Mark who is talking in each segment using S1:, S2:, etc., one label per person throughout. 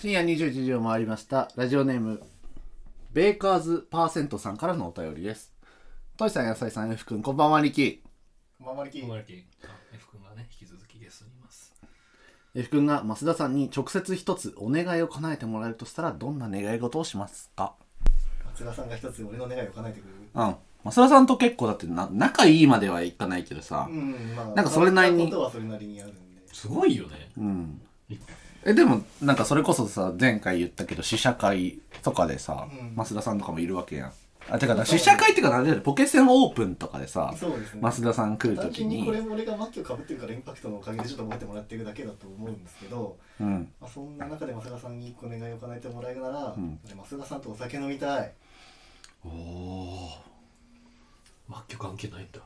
S1: 深夜21時を回りました。ラジオネーム、ベーカーズパーセントさんからのお便りです。トシさん、野菜さん、F 君、こんばんは、リキ。
S2: ままりき
S3: 小森家あ F 君がね引き続きゲストにいます
S1: F 君が増田さんに直接一つお願いを叶えてもらえるとしたら、どんな願い事をしますか
S2: 松田さんが一つ俺の願いを叶えてくれる
S1: うん。増田さんと結構だってな、仲いいまではいかないけどさ、
S2: うんまあ
S1: なんかそれなりに
S2: 叶ったことはそれなりにあるんです
S3: ごいよね
S1: うん。え、でも、なんかそれこそさ、前回言ったけど、試写会とかでさ、
S2: うん
S1: 増田さんとかもいるわけやん。あ、てかな、試写会っていうか、なんでポケセンオープンとかでさ、
S2: そうですね
S1: 増田さん来ると
S2: 単
S1: き
S2: 純に
S1: に
S2: こ、れ俺がマッキをかぶってるからインパクトのおかげでちょっと覚えてもらってるだけだと思うんですけど、
S1: うん。
S2: まあ、そんな中で増田さんに一個願いを叶えてもらえるなら、
S1: ん
S2: 俺増田さんとお酒飲みたい
S3: おおマッキョ関係ないんだ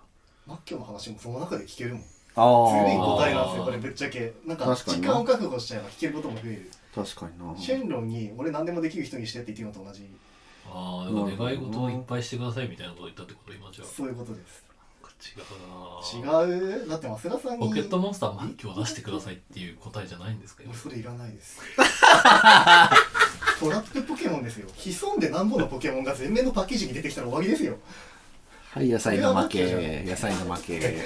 S2: マッキョの話もその中で聞けるもんずるい
S1: ああ、
S2: 答えなんですよこれぶっちゃけなんか
S1: 確かに
S2: 時
S1: な
S2: 間を確保しちゃえば聞けることも増える
S1: 確かにな。
S2: 進路に俺何でもできる人にしてって言ってるのと同じ
S3: ああだから願い事をいっぱいしてくださいみたいなこと言ったってこと今じゃあ
S2: そういうことです違
S3: 違
S2: う
S3: うな
S2: だって増田さんに
S3: ポケットモンスターマッキョを出してくださいっていう答えじゃないんですか
S2: も
S3: 今
S2: うそれいらないですトラップポケモンですよ潜んでなんぼのポケモンが全面のパッケージに出てきたら終わりですよ
S1: はい、野菜の負
S2: それは
S1: け。野菜の負け。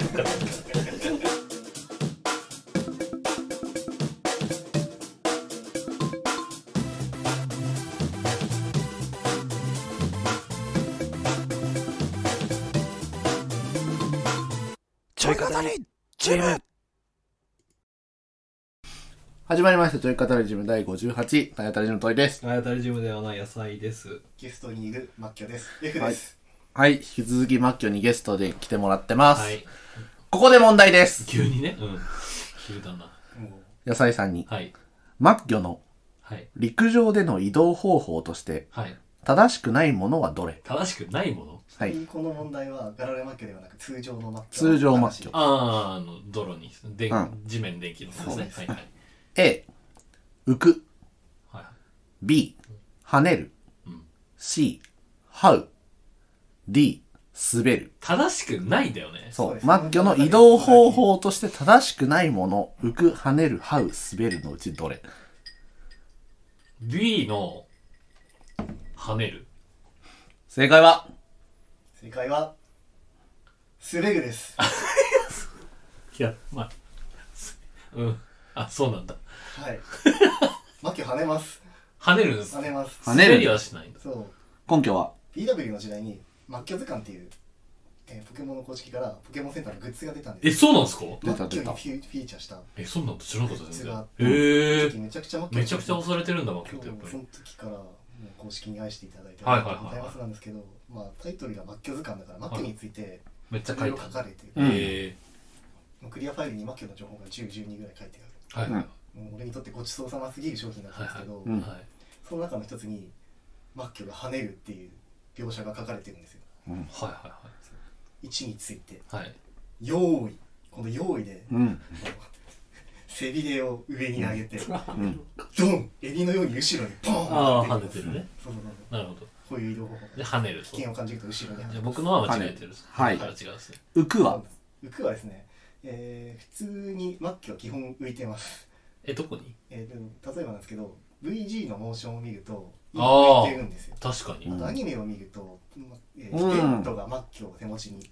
S1: ちょい語りジム始まりました、ちょい語りジム第58、体当たりジム問いです。
S3: あやたりジムではない野菜です
S2: ゲストにいるマッキョです F です、
S1: はい、引き続きマッキョにゲストで来てもらってます。
S3: はい
S1: ここで問題です。
S3: 急にねうん急だな
S2: もう
S1: 野菜さんに、
S3: はい
S1: マッキョの
S3: はい
S1: 陸上での移動方法として
S3: はい
S1: 正しくないものはどれ
S3: 正しくないもの
S1: はい。
S2: この問題はガラレマッキョではなく通常のマッキョ
S1: 通常マッキョ
S3: あーあの泥にで、
S1: うん
S3: 地面電気の方
S2: そう
S3: で
S2: です
S3: すねはいはい
S1: A、浮く。
S3: はい
S1: B、跳ねる
S3: うん。
S1: C、這う。D、滑る。
S3: 正しくないんだよね
S1: そ
S2: そう
S1: う
S2: で。す
S1: マッキョの移動方法として正しくないもの、浮く、跳ねる、這う、滑るのうちどれ
S3: B の跳ねる
S1: 正解は
S2: 正解はスレグです
S3: いやまあすうんあそうなんだ
S2: はいマッキョ跳ねます
S3: 跳ねるんです
S2: 跳ねます
S1: 跳ねる
S3: 滑りはしないんだ
S2: そう
S1: 根拠は
S2: BW の時代にマッキョ図鑑っていう、えーポケモンの公式からポケモンセンターのグッズが出たんで
S3: え
S2: す
S3: そうなんですか
S1: 出
S2: マ
S1: た
S2: ッキ
S1: 出
S2: ョに
S1: た
S2: フィーフィーチャーした
S3: えそうなんだ知らなかった全然
S2: 普
S3: へえ
S2: 時めちゃくちゃマッキョ
S3: めちゃくちゃ押されてるんだマッキ
S2: 今
S3: ョっ
S2: 日
S3: てやっ
S2: も
S3: ぱ
S2: そ
S3: り
S2: の時からもう公式に愛していただいて
S3: はい
S2: あ
S3: はい
S2: りがと
S3: はい
S2: うございますなんですけど、まあ、タイトルが「マッキョ図鑑」だからマッキョについて
S3: めっち
S2: い
S3: ゃ
S2: ろ
S3: 書
S2: い
S3: い
S2: ろ
S3: て
S2: 書
S3: あ
S2: か
S3: る
S2: れて
S1: うん
S2: る、
S3: へ
S2: クリアファイルにマッキョの情報が1012ぐらい書いてある
S3: えはいはい
S2: もう俺にとってごちそうさますぎる商品だったんですけど、
S1: いうん
S3: はい
S2: その中の一つにマッキョが跳ねるっていう描写が書かれてるんですよ
S3: はい
S2: 1について
S3: はいはいはい
S2: 用意この用意で
S1: うん。
S2: 背びれを上に上げて、
S1: うん。
S2: ドンエビのように後ろにポン
S3: ああ
S2: っ
S3: 跳
S2: て
S3: ねてるね
S2: そうそうそう
S3: なるほど
S2: こういう移動方法
S3: で跳ねると
S2: 危険を感じると後ろに跳ね
S3: じゃ
S2: る
S3: あ僕のは間違えてる
S1: はい
S3: あ違うですね
S1: 浮くは
S2: 浮くはですね、えー普通にマッキョは基本浮いてます、
S3: えどこに
S2: えーでも例えばなんですけど VG のモーションを見ると今
S3: あー
S2: 浮いてるんですよ
S3: 確かに
S2: あ
S1: うん
S2: とアニメを見ると、まえー
S1: うん
S2: ペットがマッキョを手持ちに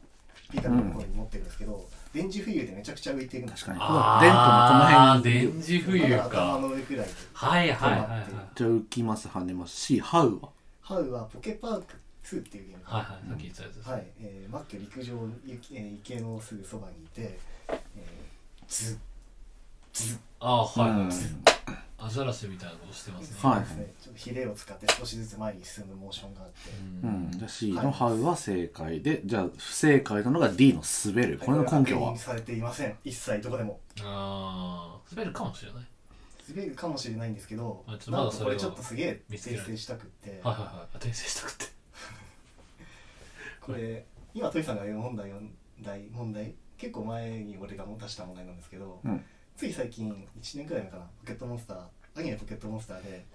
S2: ピカピカの頃に持ってるんですけど、電磁浮遊でめちゃくちゃ浮いてるんです
S1: 確かに。電灯
S3: あ
S1: のこの辺
S3: ー電磁浮
S2: だ
S3: 遊
S2: から頭の
S3: か
S2: 上くらいで
S3: はいはいはいはい
S1: じゃあ浮きます、跳ねます。C、這うは
S2: ハウはポケパーク2っていうゲーム
S3: はいはいさっき言ってたやつです
S2: はい、えー、マッキョ陸上、ゆえー池のすぐそばにいて、えー、ず
S3: あーはいは
S1: う
S3: い
S1: ん
S3: アザラシみたいなことしてますね
S1: はい
S2: ですね、ちょっとヒレを使って少しずつ前に進むモーションがあって、
S3: うん
S1: うん、じゃあ C の「ハウ」は正解で、じゃあ不正解なのが D の「滑る」これの根拠
S2: 確
S1: は
S2: 認されていません、一切どこでも。
S3: あー滑るかもしれない
S2: 滑るかもしれないんですけど、
S3: あちょっとま
S2: な
S3: だ
S2: んとこれ
S3: そ
S2: ち
S3: れ
S2: ょ
S3: を
S2: っとすげえ
S3: 見つけら
S2: 訂
S3: れ
S2: 正したくって、
S3: はいはいはい転生したくて
S2: これ、今、トイさんが問題、問題、問題、結構前に俺が出した問題なんですけど、
S1: うん
S2: つい最近、1年くらい前かな、ポケットモンスター、アニメポケットモンスターで、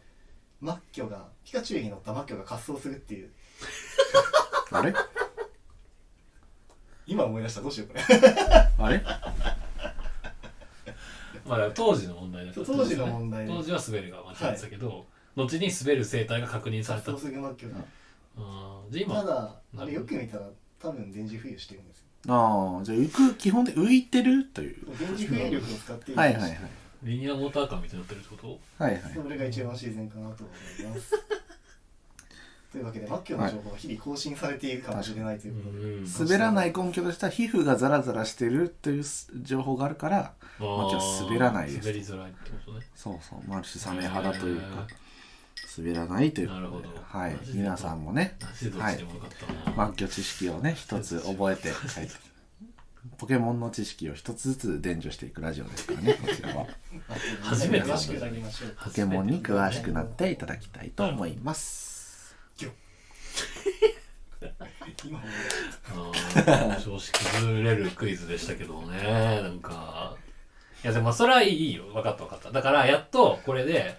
S2: マッキョが、ピカチュウに乗ったマッキョが滑走するっていう、
S1: あれ今
S2: 今思い出した、どうしようこれ。
S1: あれ
S3: まあだから当時の問題だから
S2: 当時の問題
S3: 当時は滑るが間違ってたけど、後に滑る生態が確認された
S2: カッソすぐマッキョが
S3: うんで
S2: た
S3: 今
S2: だあれよく見たら多分電磁浮遊してるんですよ
S1: ああ、じゃあ浮く、基本で浮いてるという。
S2: 電磁浮遊力を使ってるんですよ
S1: はいはいはい。
S3: リニアモーターカーみたいになってるってこと
S1: はいはい。
S2: それが一番自然かなと思います というわけでマッキョの情報は日々更新されているかもしれないということで、
S3: うん
S1: 滑らない根拠としては皮膚がザラザラしてるという情報があるから、
S3: あ
S1: じゃあ滑らないです
S3: 滑りづらいってことね
S1: そうそう、まあ、主サメ肌というか、滑らないということで
S3: なるほど
S1: はい。皆さんもね、
S3: マジでどっちでもよかったな、
S1: 満挙知識をね、一つ覚えて帰って、ポケモンの知識を一つずつ伝授していくラジオですからね、こちらは。
S3: 初めて
S2: 詳しくなりましょう
S1: ポケモンに詳しくなっていただきたいと思います。
S2: 今も
S3: うん常識崩れるクイズでしたけどねなんかいやでもそれはいいよ分かった分かっただからやっとこれで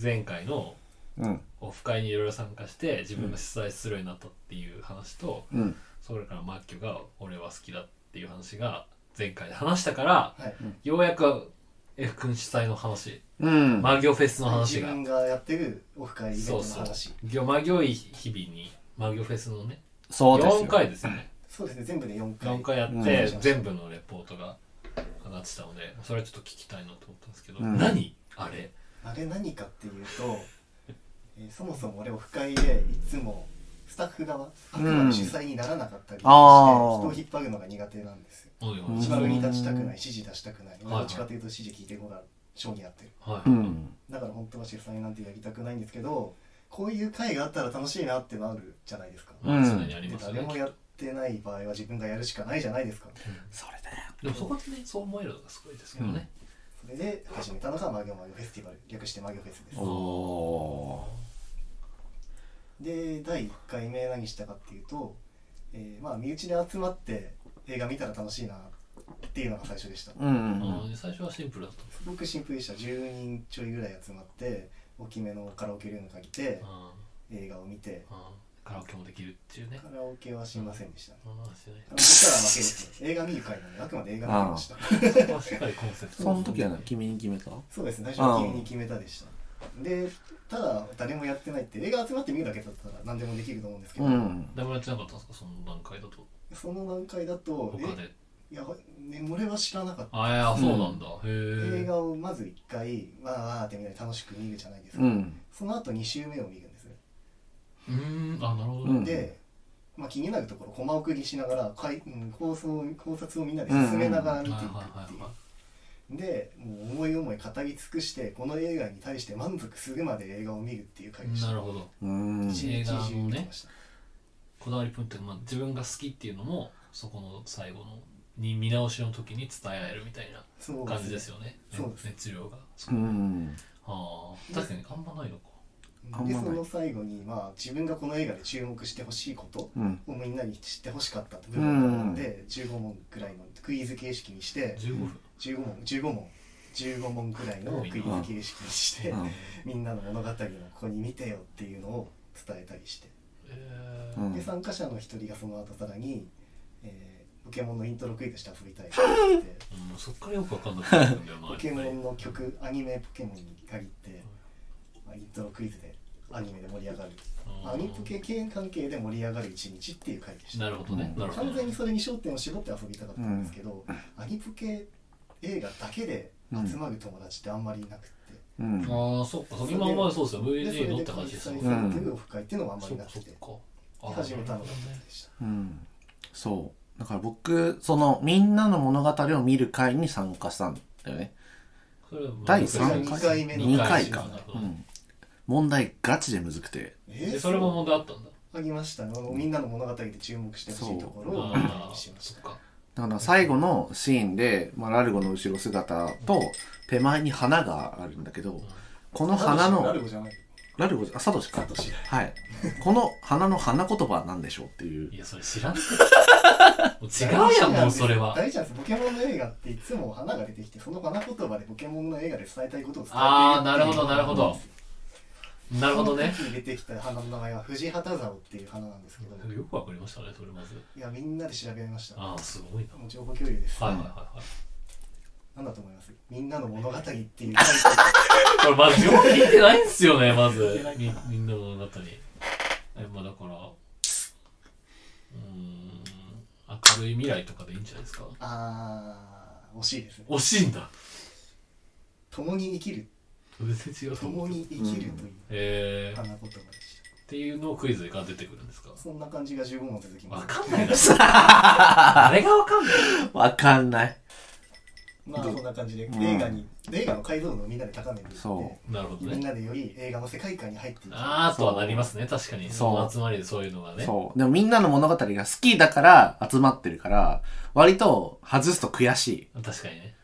S3: 前回の
S1: うん。
S3: オフ会にいろいろ参加して自分が主催するようになったっていう話と、
S1: うん。
S3: それからマッキョが俺は好きだっていう話が前回で話したから
S2: はい、
S3: ようやく F 君主催の話
S1: うん。
S3: マギョフェスの
S2: 自
S3: 話が
S2: 分がやってるオフ会イベント
S3: そ
S2: の
S3: うそう
S2: 話
S3: ギョマギョい日々にマギョフェスのね
S1: そうですよ。
S3: 4回ですよね
S2: そうですね全部で4回
S3: 4回やっ
S1: う
S3: て
S2: ん
S3: 全部のレポートが上がってたのでそれはちょっと聞きたいなと思ったんですけど
S1: うん
S3: 何あれ
S2: あれ何かっていうと、えーそもそも俺オフ会でいつもスタッフ側あくまで主催にならなかったりして、
S1: あー
S2: 人を引っ張るのが苦手なんですよ
S3: どういう
S1: うん
S3: 話
S2: 一番上に立ちたくない指示出したくない
S3: はい
S2: 俺どっちかというと指示聞いてる方が性に合ってる
S3: は
S1: う
S3: い
S1: ん。
S2: だから本当は主催なんてやりたくないんですけどこういう会があったら楽しいなってなるじゃないですか、
S1: うん
S3: まあ常にあり
S2: で
S3: ます
S2: 誰
S3: ね
S2: もやってない場合は自分がやるしかないじゃないですか
S1: それだよ。
S3: でもそこでねそう思えるのがすごいですけどね
S2: それで始めたのがマギョマギョフェスティバル略してマギョフェスです
S1: おお
S2: で第1回目何したかっていうと、えーまあ身内で集まって映画見たら楽しいなっていうのが最初でした
S1: ー。うんうん
S3: あー最初はシンプルだったんです
S2: すごくシンプルでした10人ちょいぐらい集まって大きめのカラオケルーム借りて
S3: あ
S2: 映画を見て
S3: ーあーカラオケもできるっていうね
S2: カラオケはしませんでしたね
S3: あーしない
S2: カラオケしたら負けですよ映画見る会なのであくまで映画見てました
S3: そこはしっかりコンセプト
S1: その時はね、君に決めた
S2: そうですね最初は君に決めたでしたでただ誰もやってないって映画集まって見るだけだったら何でもできると思うんですけど、
S1: うん。
S3: 誰もやってなかったんですかその段階だと
S2: その段階だと
S3: 他で
S2: えいや、ね、俺は知らなかった
S3: あいや
S1: ん
S3: そうなんだ、へ
S2: 映
S3: え
S2: 画をまず1回わーわーってみんなで楽しく見るじゃないですか、
S1: うん。
S2: その後2週目を見るんですね、
S3: うーんあなるほど、
S1: うん
S2: で、まあ、気になるところコマ送りしながらかい、うん、構想考察をみんなで進めながら見ていく
S3: はい
S2: っ
S3: は
S2: て
S3: い
S2: いう
S3: は、
S2: でもう思い思い語り尽くしてこの映画に対して満足するまで映画を見るっていう回で
S3: い
S2: し
S3: な
S2: た
S3: るほど
S1: うん。
S2: 一日中見てました、
S3: こだわりポイントが、まあ、自分が好きっていうのもそこの最後のに見直しの時に伝えられるみたいな
S2: そう
S3: 感じですすよね
S2: そうです
S3: 熱量が
S1: う
S3: あ
S1: ん。
S3: あー確かにあんまないのか
S1: あんま
S2: で
S1: ない
S2: その最後に、まあ、自分がこの映画で注目してほしいこと
S1: うん。
S2: をみんなに知ってほしかった部分だったので、15問くらいのクイズ形式にして、
S3: 15分
S2: 15問15問15問くらいのクイズ形式にして、みんなの物語のここに見てよっていうのを伝えたりして、
S3: え
S1: う
S3: ー、
S2: で
S1: ん。
S2: 参加者の一人がその後さらに、えーポケモンのイントロクイズして遊びたいって言って
S3: うん、そっからよくわかんなくなるんだよな
S2: ポケモ
S3: やっぱり
S2: ンの曲アニメポケモンに限って、まあ、イントロクイズでアニメで盛り上がる
S3: うん
S2: アニポケ系関係で盛り上がる一日っていう回でした
S3: なるほどね、
S1: うん
S3: なるほど
S2: 完全にそれに焦点を絞って遊びたかったんですけど、アニプ系映画だけで集まる友達ってあんまりいなくて、
S1: うん。
S3: ああそっかそれ今までそうですよ
S2: でそれ
S3: VG のっ
S2: で
S3: て
S2: 開
S3: 話
S2: 催
S3: です
S2: され
S3: よね
S1: う
S2: て
S1: ん
S2: るオフ会っていうのはあんま
S3: そ
S2: り
S3: っ
S2: な
S3: か
S2: く
S3: そってかあー
S2: 始めたのがでした
S1: うん。そう。だから僕、その、みんなの物語を見る会に参加したんだよね。
S3: それは
S1: 第三
S2: 回二回目の
S1: 2回か
S3: なる。ほ
S1: う
S3: ど
S1: ん。問題ガチでむずくて。
S2: え
S3: えそれも問題あったんだ
S2: ありましたねあのみんなの物語で注目してほしいところを問題
S3: あ
S2: にし
S3: ー
S2: まし
S3: そ
S2: た
S3: っか
S1: だから最後のシーンで、まあ、ラルゴの後ろ姿と、手前に花があるんだけど、この花
S2: ラル
S1: の、
S2: ゴじゃない
S1: ラルゴ、あ、サトシか。 はい。この花の花言葉は何でしょうっていう。
S3: いやそれ知らんて もう違うやんもうそれは
S2: 大事なんですポケモンの映画っていつも花が出てきてその花言葉でポケモンの映画で伝えたいことを伝えている
S3: あーなるほどなるほどな
S2: な
S3: るほどね
S2: 時に出てきた花の名前は藤畑竿っていう花なんですけど
S3: よくわかりましたねそれまず
S2: いやみんなで調べました
S3: ああすごいな
S2: もう情報共有です
S3: はいはいはいはい
S2: なんだと思いますみんなの物語っていうタイ
S3: これま ず、よく聞いてないんですよね、まず。みみんなの物語。え、まあだから、うーん、明るい未来とかでいいんじゃないですか。
S2: プルあー惜しいですね
S3: 惜しいんだ。
S2: 共に生きる
S3: 全然違うと思
S2: 共
S3: う。
S2: に生きるという
S3: えー、
S2: 花
S3: っ
S2: 言葉でして
S3: いうのをクイズが出てくるんですか
S2: たそんな感じが15問続き
S3: わ
S2: ます
S3: かん ないな。あれがわかんない。
S1: わかんない。
S2: まあそんな感じで
S1: ん
S2: 映画に映画の解像度をみんなで高めていって
S1: そ
S3: なるほど
S2: みん
S3: ね。
S2: なでより映画の世界観に入っていく
S3: あーとはなりますね、確かに。
S1: そう
S3: その集まりでそういうのがね。
S1: そう。でもみんなの物語が好きだから集まってるから、割と外すと悔しい。
S3: 確かにね。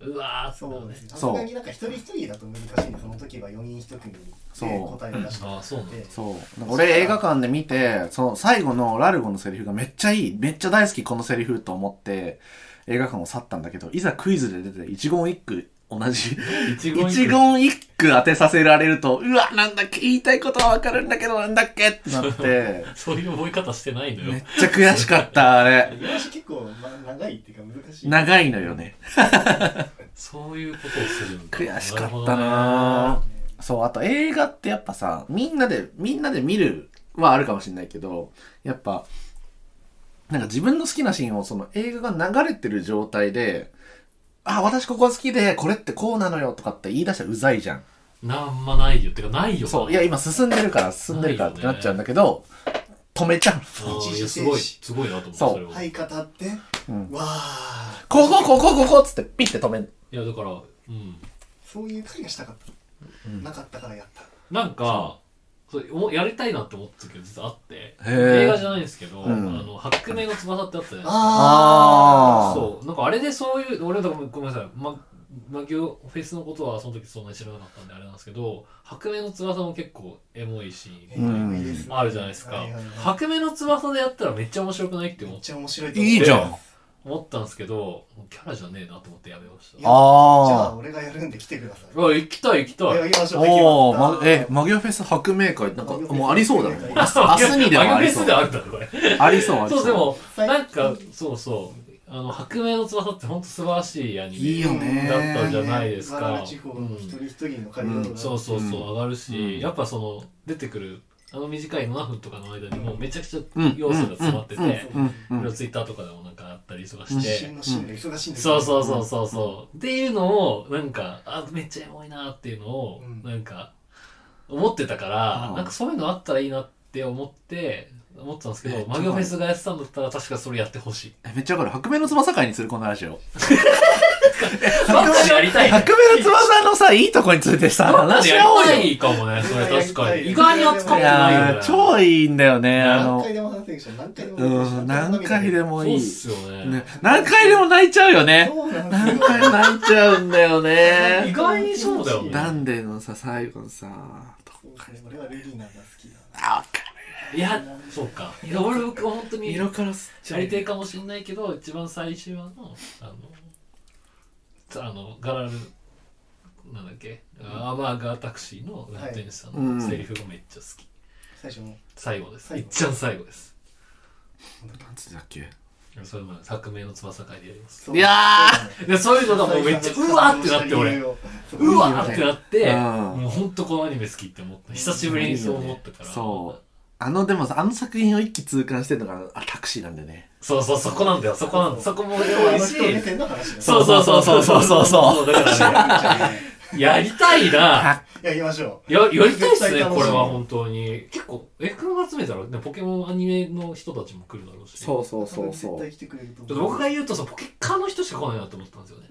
S3: うわーってな
S2: そ
S3: る
S2: う
S3: ね
S2: ですね。さす
S1: そう
S2: がになんか一人一人だと難しいんで、その時は4人1組で
S1: そう
S2: 答えを出して
S3: ああ、そうなんだ。
S2: で
S1: そう。俺映画館で見て、その最後のラルゴのセリフがめっちゃいい、めっちゃ大好きこのセリフと思って映画館を去ったんだけど、いざクイズで出て一言一句同じ。
S3: 一
S1: 一
S3: 言
S1: 言
S3: 一
S1: 一
S3: 句
S1: 句当てさせられると、うわ、なんだっけ、言いたいことはわかるんだけど、なんだっけってな って、
S3: そういう覚え方してないの
S1: め
S3: よ
S1: っ。ちゃ悔しかった、あ れ。
S2: いや結構、まあ、長いっていうか難しい。い。
S1: 長いのよね。
S3: そういうことをするんだ。
S1: 悔しかった
S3: な
S1: な
S3: るほどね
S1: ぁそう、あと映画ってやっぱさ、みんなで、みんなで見るはあるかもしれないけど、やっぱ、なんか自分の好きなシーンをその映画が流れてる状態で、あ、私ここ好きで、これってこうなのよとかって言い出したらうざいじゃん。
S3: なんまないよ。てか、ないよ。
S1: そう、いや今進んでるから進んでるからってなっちゃうんだけど、止めちゃう。
S3: あーいやすごい、すごいなと思った、
S1: そう
S3: それは。
S2: はい、語って、
S1: うん
S2: わあ
S1: ここ、ここ、ここっつってピッて止める。
S3: いや、だから、うん。
S2: そういう会がしたかった。なかったからやった。
S3: なんか、そうおやりたいなって思ってたけど、実はあって。
S1: ー
S3: 映画じゃないんですけど、
S1: うん
S3: あの、白明の翼ってあったじゃないですか。
S1: あー
S3: そう。なんかあれでそういう、俺だからごめんなさい。ま、マギオフェスのことはその時そんなに知らなかったんであれなんですけど、白明の翼も結構エモいシーン
S1: うん
S2: いいですね
S3: あるじゃないですか
S2: はは。は
S3: 白明の翼でやったらめっちゃ面白くないって
S2: め
S3: 思
S2: っ
S3: っ
S2: ちゃ面白いと思う
S1: いいじゃん。
S3: 思ったんですけど、もうキャラじゃねえなと思ってやめまし
S2: い
S3: た。
S2: やじゃあ、
S1: あ
S2: 俺がやるんで来てください。
S3: うわ、行きたい行きた
S2: い
S3: い
S2: や。行きまし
S1: ー。
S2: ょう行きましょ
S1: お
S2: う
S1: ー、ま、え、マギオフェス白明会、なんかもうありそうだね。明日明日にでもあ
S3: マグ
S1: り
S3: ネ
S1: そ
S3: ス
S1: う
S3: で。あるだろ、これ。
S1: ありそう、あり
S3: そう、でも、
S2: 最近
S3: なんか、そうそう。あの、白明の翼って本当素晴らしいアニメ。
S1: いいよね
S3: だったじゃないですか
S2: ガラナ地方の一人一人の借り
S1: うん
S3: そうそうそう、上がるし、
S1: うん
S3: やっぱその、出てくる、あの短い7分とかの間にもうめちゃくちゃ
S1: うん
S3: 要素が詰まってて、
S1: うん
S2: うん
S1: うん
S3: これをツイッターとかでもなんかあったりとかし
S2: 自
S3: て
S2: 身、のシーンが忙しいんです。
S3: そうそううそうそうそう、っていうのを、なんか、あ、めっちゃエモいなっていうのを、
S2: うん
S3: なんか、思ってたから、
S1: うん
S3: なんかそういうのあったらいいなって思って、思ってたんですけ
S1: め
S3: ど、
S1: っちゃわかる
S3: マギオフェスがやってたんだったら確かそれやってほしい。
S1: えめっちゃわかる。白明の翼会にする、このラジ オ。
S3: マッチやりたいね。
S1: 白明の翼のさ、いいとこについてさ、
S3: マ
S1: 話
S3: ジ
S1: し
S3: やり
S1: 合おう
S3: た
S1: よ。い
S3: いかもね、それ確かに。
S2: い
S3: 意
S2: や
S3: 外
S2: いやいや
S3: に扱ってないよ
S1: や
S3: ね
S1: ー、。超いいんだよね、あ
S2: 何
S1: の。
S2: 回でも話せるでしょ。何回でも話せ
S1: う
S2: るでしょ
S1: ん、何回でも
S3: そう
S1: い
S3: っ
S1: い。
S3: すよね。
S1: ね、何回でも泣いちゃうよね。
S2: そうなんです
S1: 何
S2: よ。
S1: 回泣いちゃうんだよ
S3: 意
S1: ね。
S3: 外にそうだよね
S1: なんでのさ、最後のさ、と
S2: そうですね俺はレディーナが好きだ。
S1: あ、わか
S3: いや、そうか。いや、俺、僕本当
S1: る
S3: に、
S1: 色からすっち
S3: や
S1: ゃう
S3: り。手かもしんないけど、一番最終話の、あの、つあの、ガラル、なんだっけ、アバーガータクシーの運転手さんのセリフがめっちゃ好き。
S2: 最初の。
S3: 最後です。
S2: 最後
S3: 一番最後です。
S1: なんつうんだっけ
S3: それまで、作名の翼会でやります。
S2: そう
S1: いや
S3: で、そういうのがもうめっちゃ、うわーってなって、俺。。うわーってなって、
S1: うん
S3: もう本当このアニメ好きって思った。久しぶりにそう思ったから。
S1: そう。あの、でもさ、あの作品を一気通貫してるのが、あ、タクシーなんだよね。
S3: そうそう、そこなんだよ。そこなんだよ。そこも
S2: でも
S3: 多
S2: あ
S3: い
S2: の
S3: し
S2: 人、目線の話 だ。
S3: そうそうそうそうそうそうそう。だからね、やりたいな。
S2: やりましょ
S3: や、やりたいっす
S2: 絶対楽し
S3: ね、
S2: い
S3: これは本当に。結構、え、車集めたらね、ポケモンアニメの人たちも来るだろうし。う。
S1: うそう
S2: う。絶対来てくれると
S3: ちょっと
S2: 思う
S3: 僕が言うとさ、ポケカの人しか来ないなと思ったんですよね。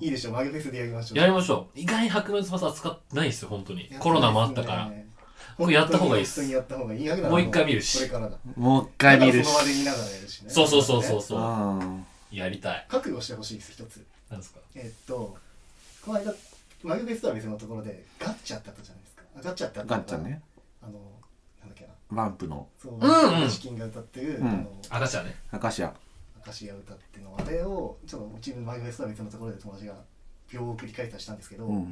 S2: いいでしょ、マグフェスでやりましょう。
S3: やりましょう。意外に白明の翼扱ってないっすよ、本当に。コロナもあったから。。僕やった方がいいっす
S2: 本当にやった方がいい。
S3: もう一回見るし
S2: これからだ。一
S1: もう一回見るし
S2: そ。の場で見ながらやるしね。
S3: そうそうそうそう。そう
S1: うん。
S3: やりたい。
S2: 覚悟してほしいです、一つ。
S3: なんですか
S2: えっと、この間、マグフェスとは別のところで、ガッチャってあったじゃないですか。あガッチャってあった
S1: ガ
S2: の
S1: ッ
S2: が
S1: チャ。ね。
S2: あの、なんだっけな。
S1: ランプの、
S2: そう、
S3: うんうん
S2: チキンが歌ってる、
S1: うん
S2: あの、
S3: 赤ちゃんね。
S1: 明石家。
S2: アカシア歌っていうのあれをちょっと自分のマイフェスとは別のところで友達が秒を繰り返したりしたんですけど、
S1: うん。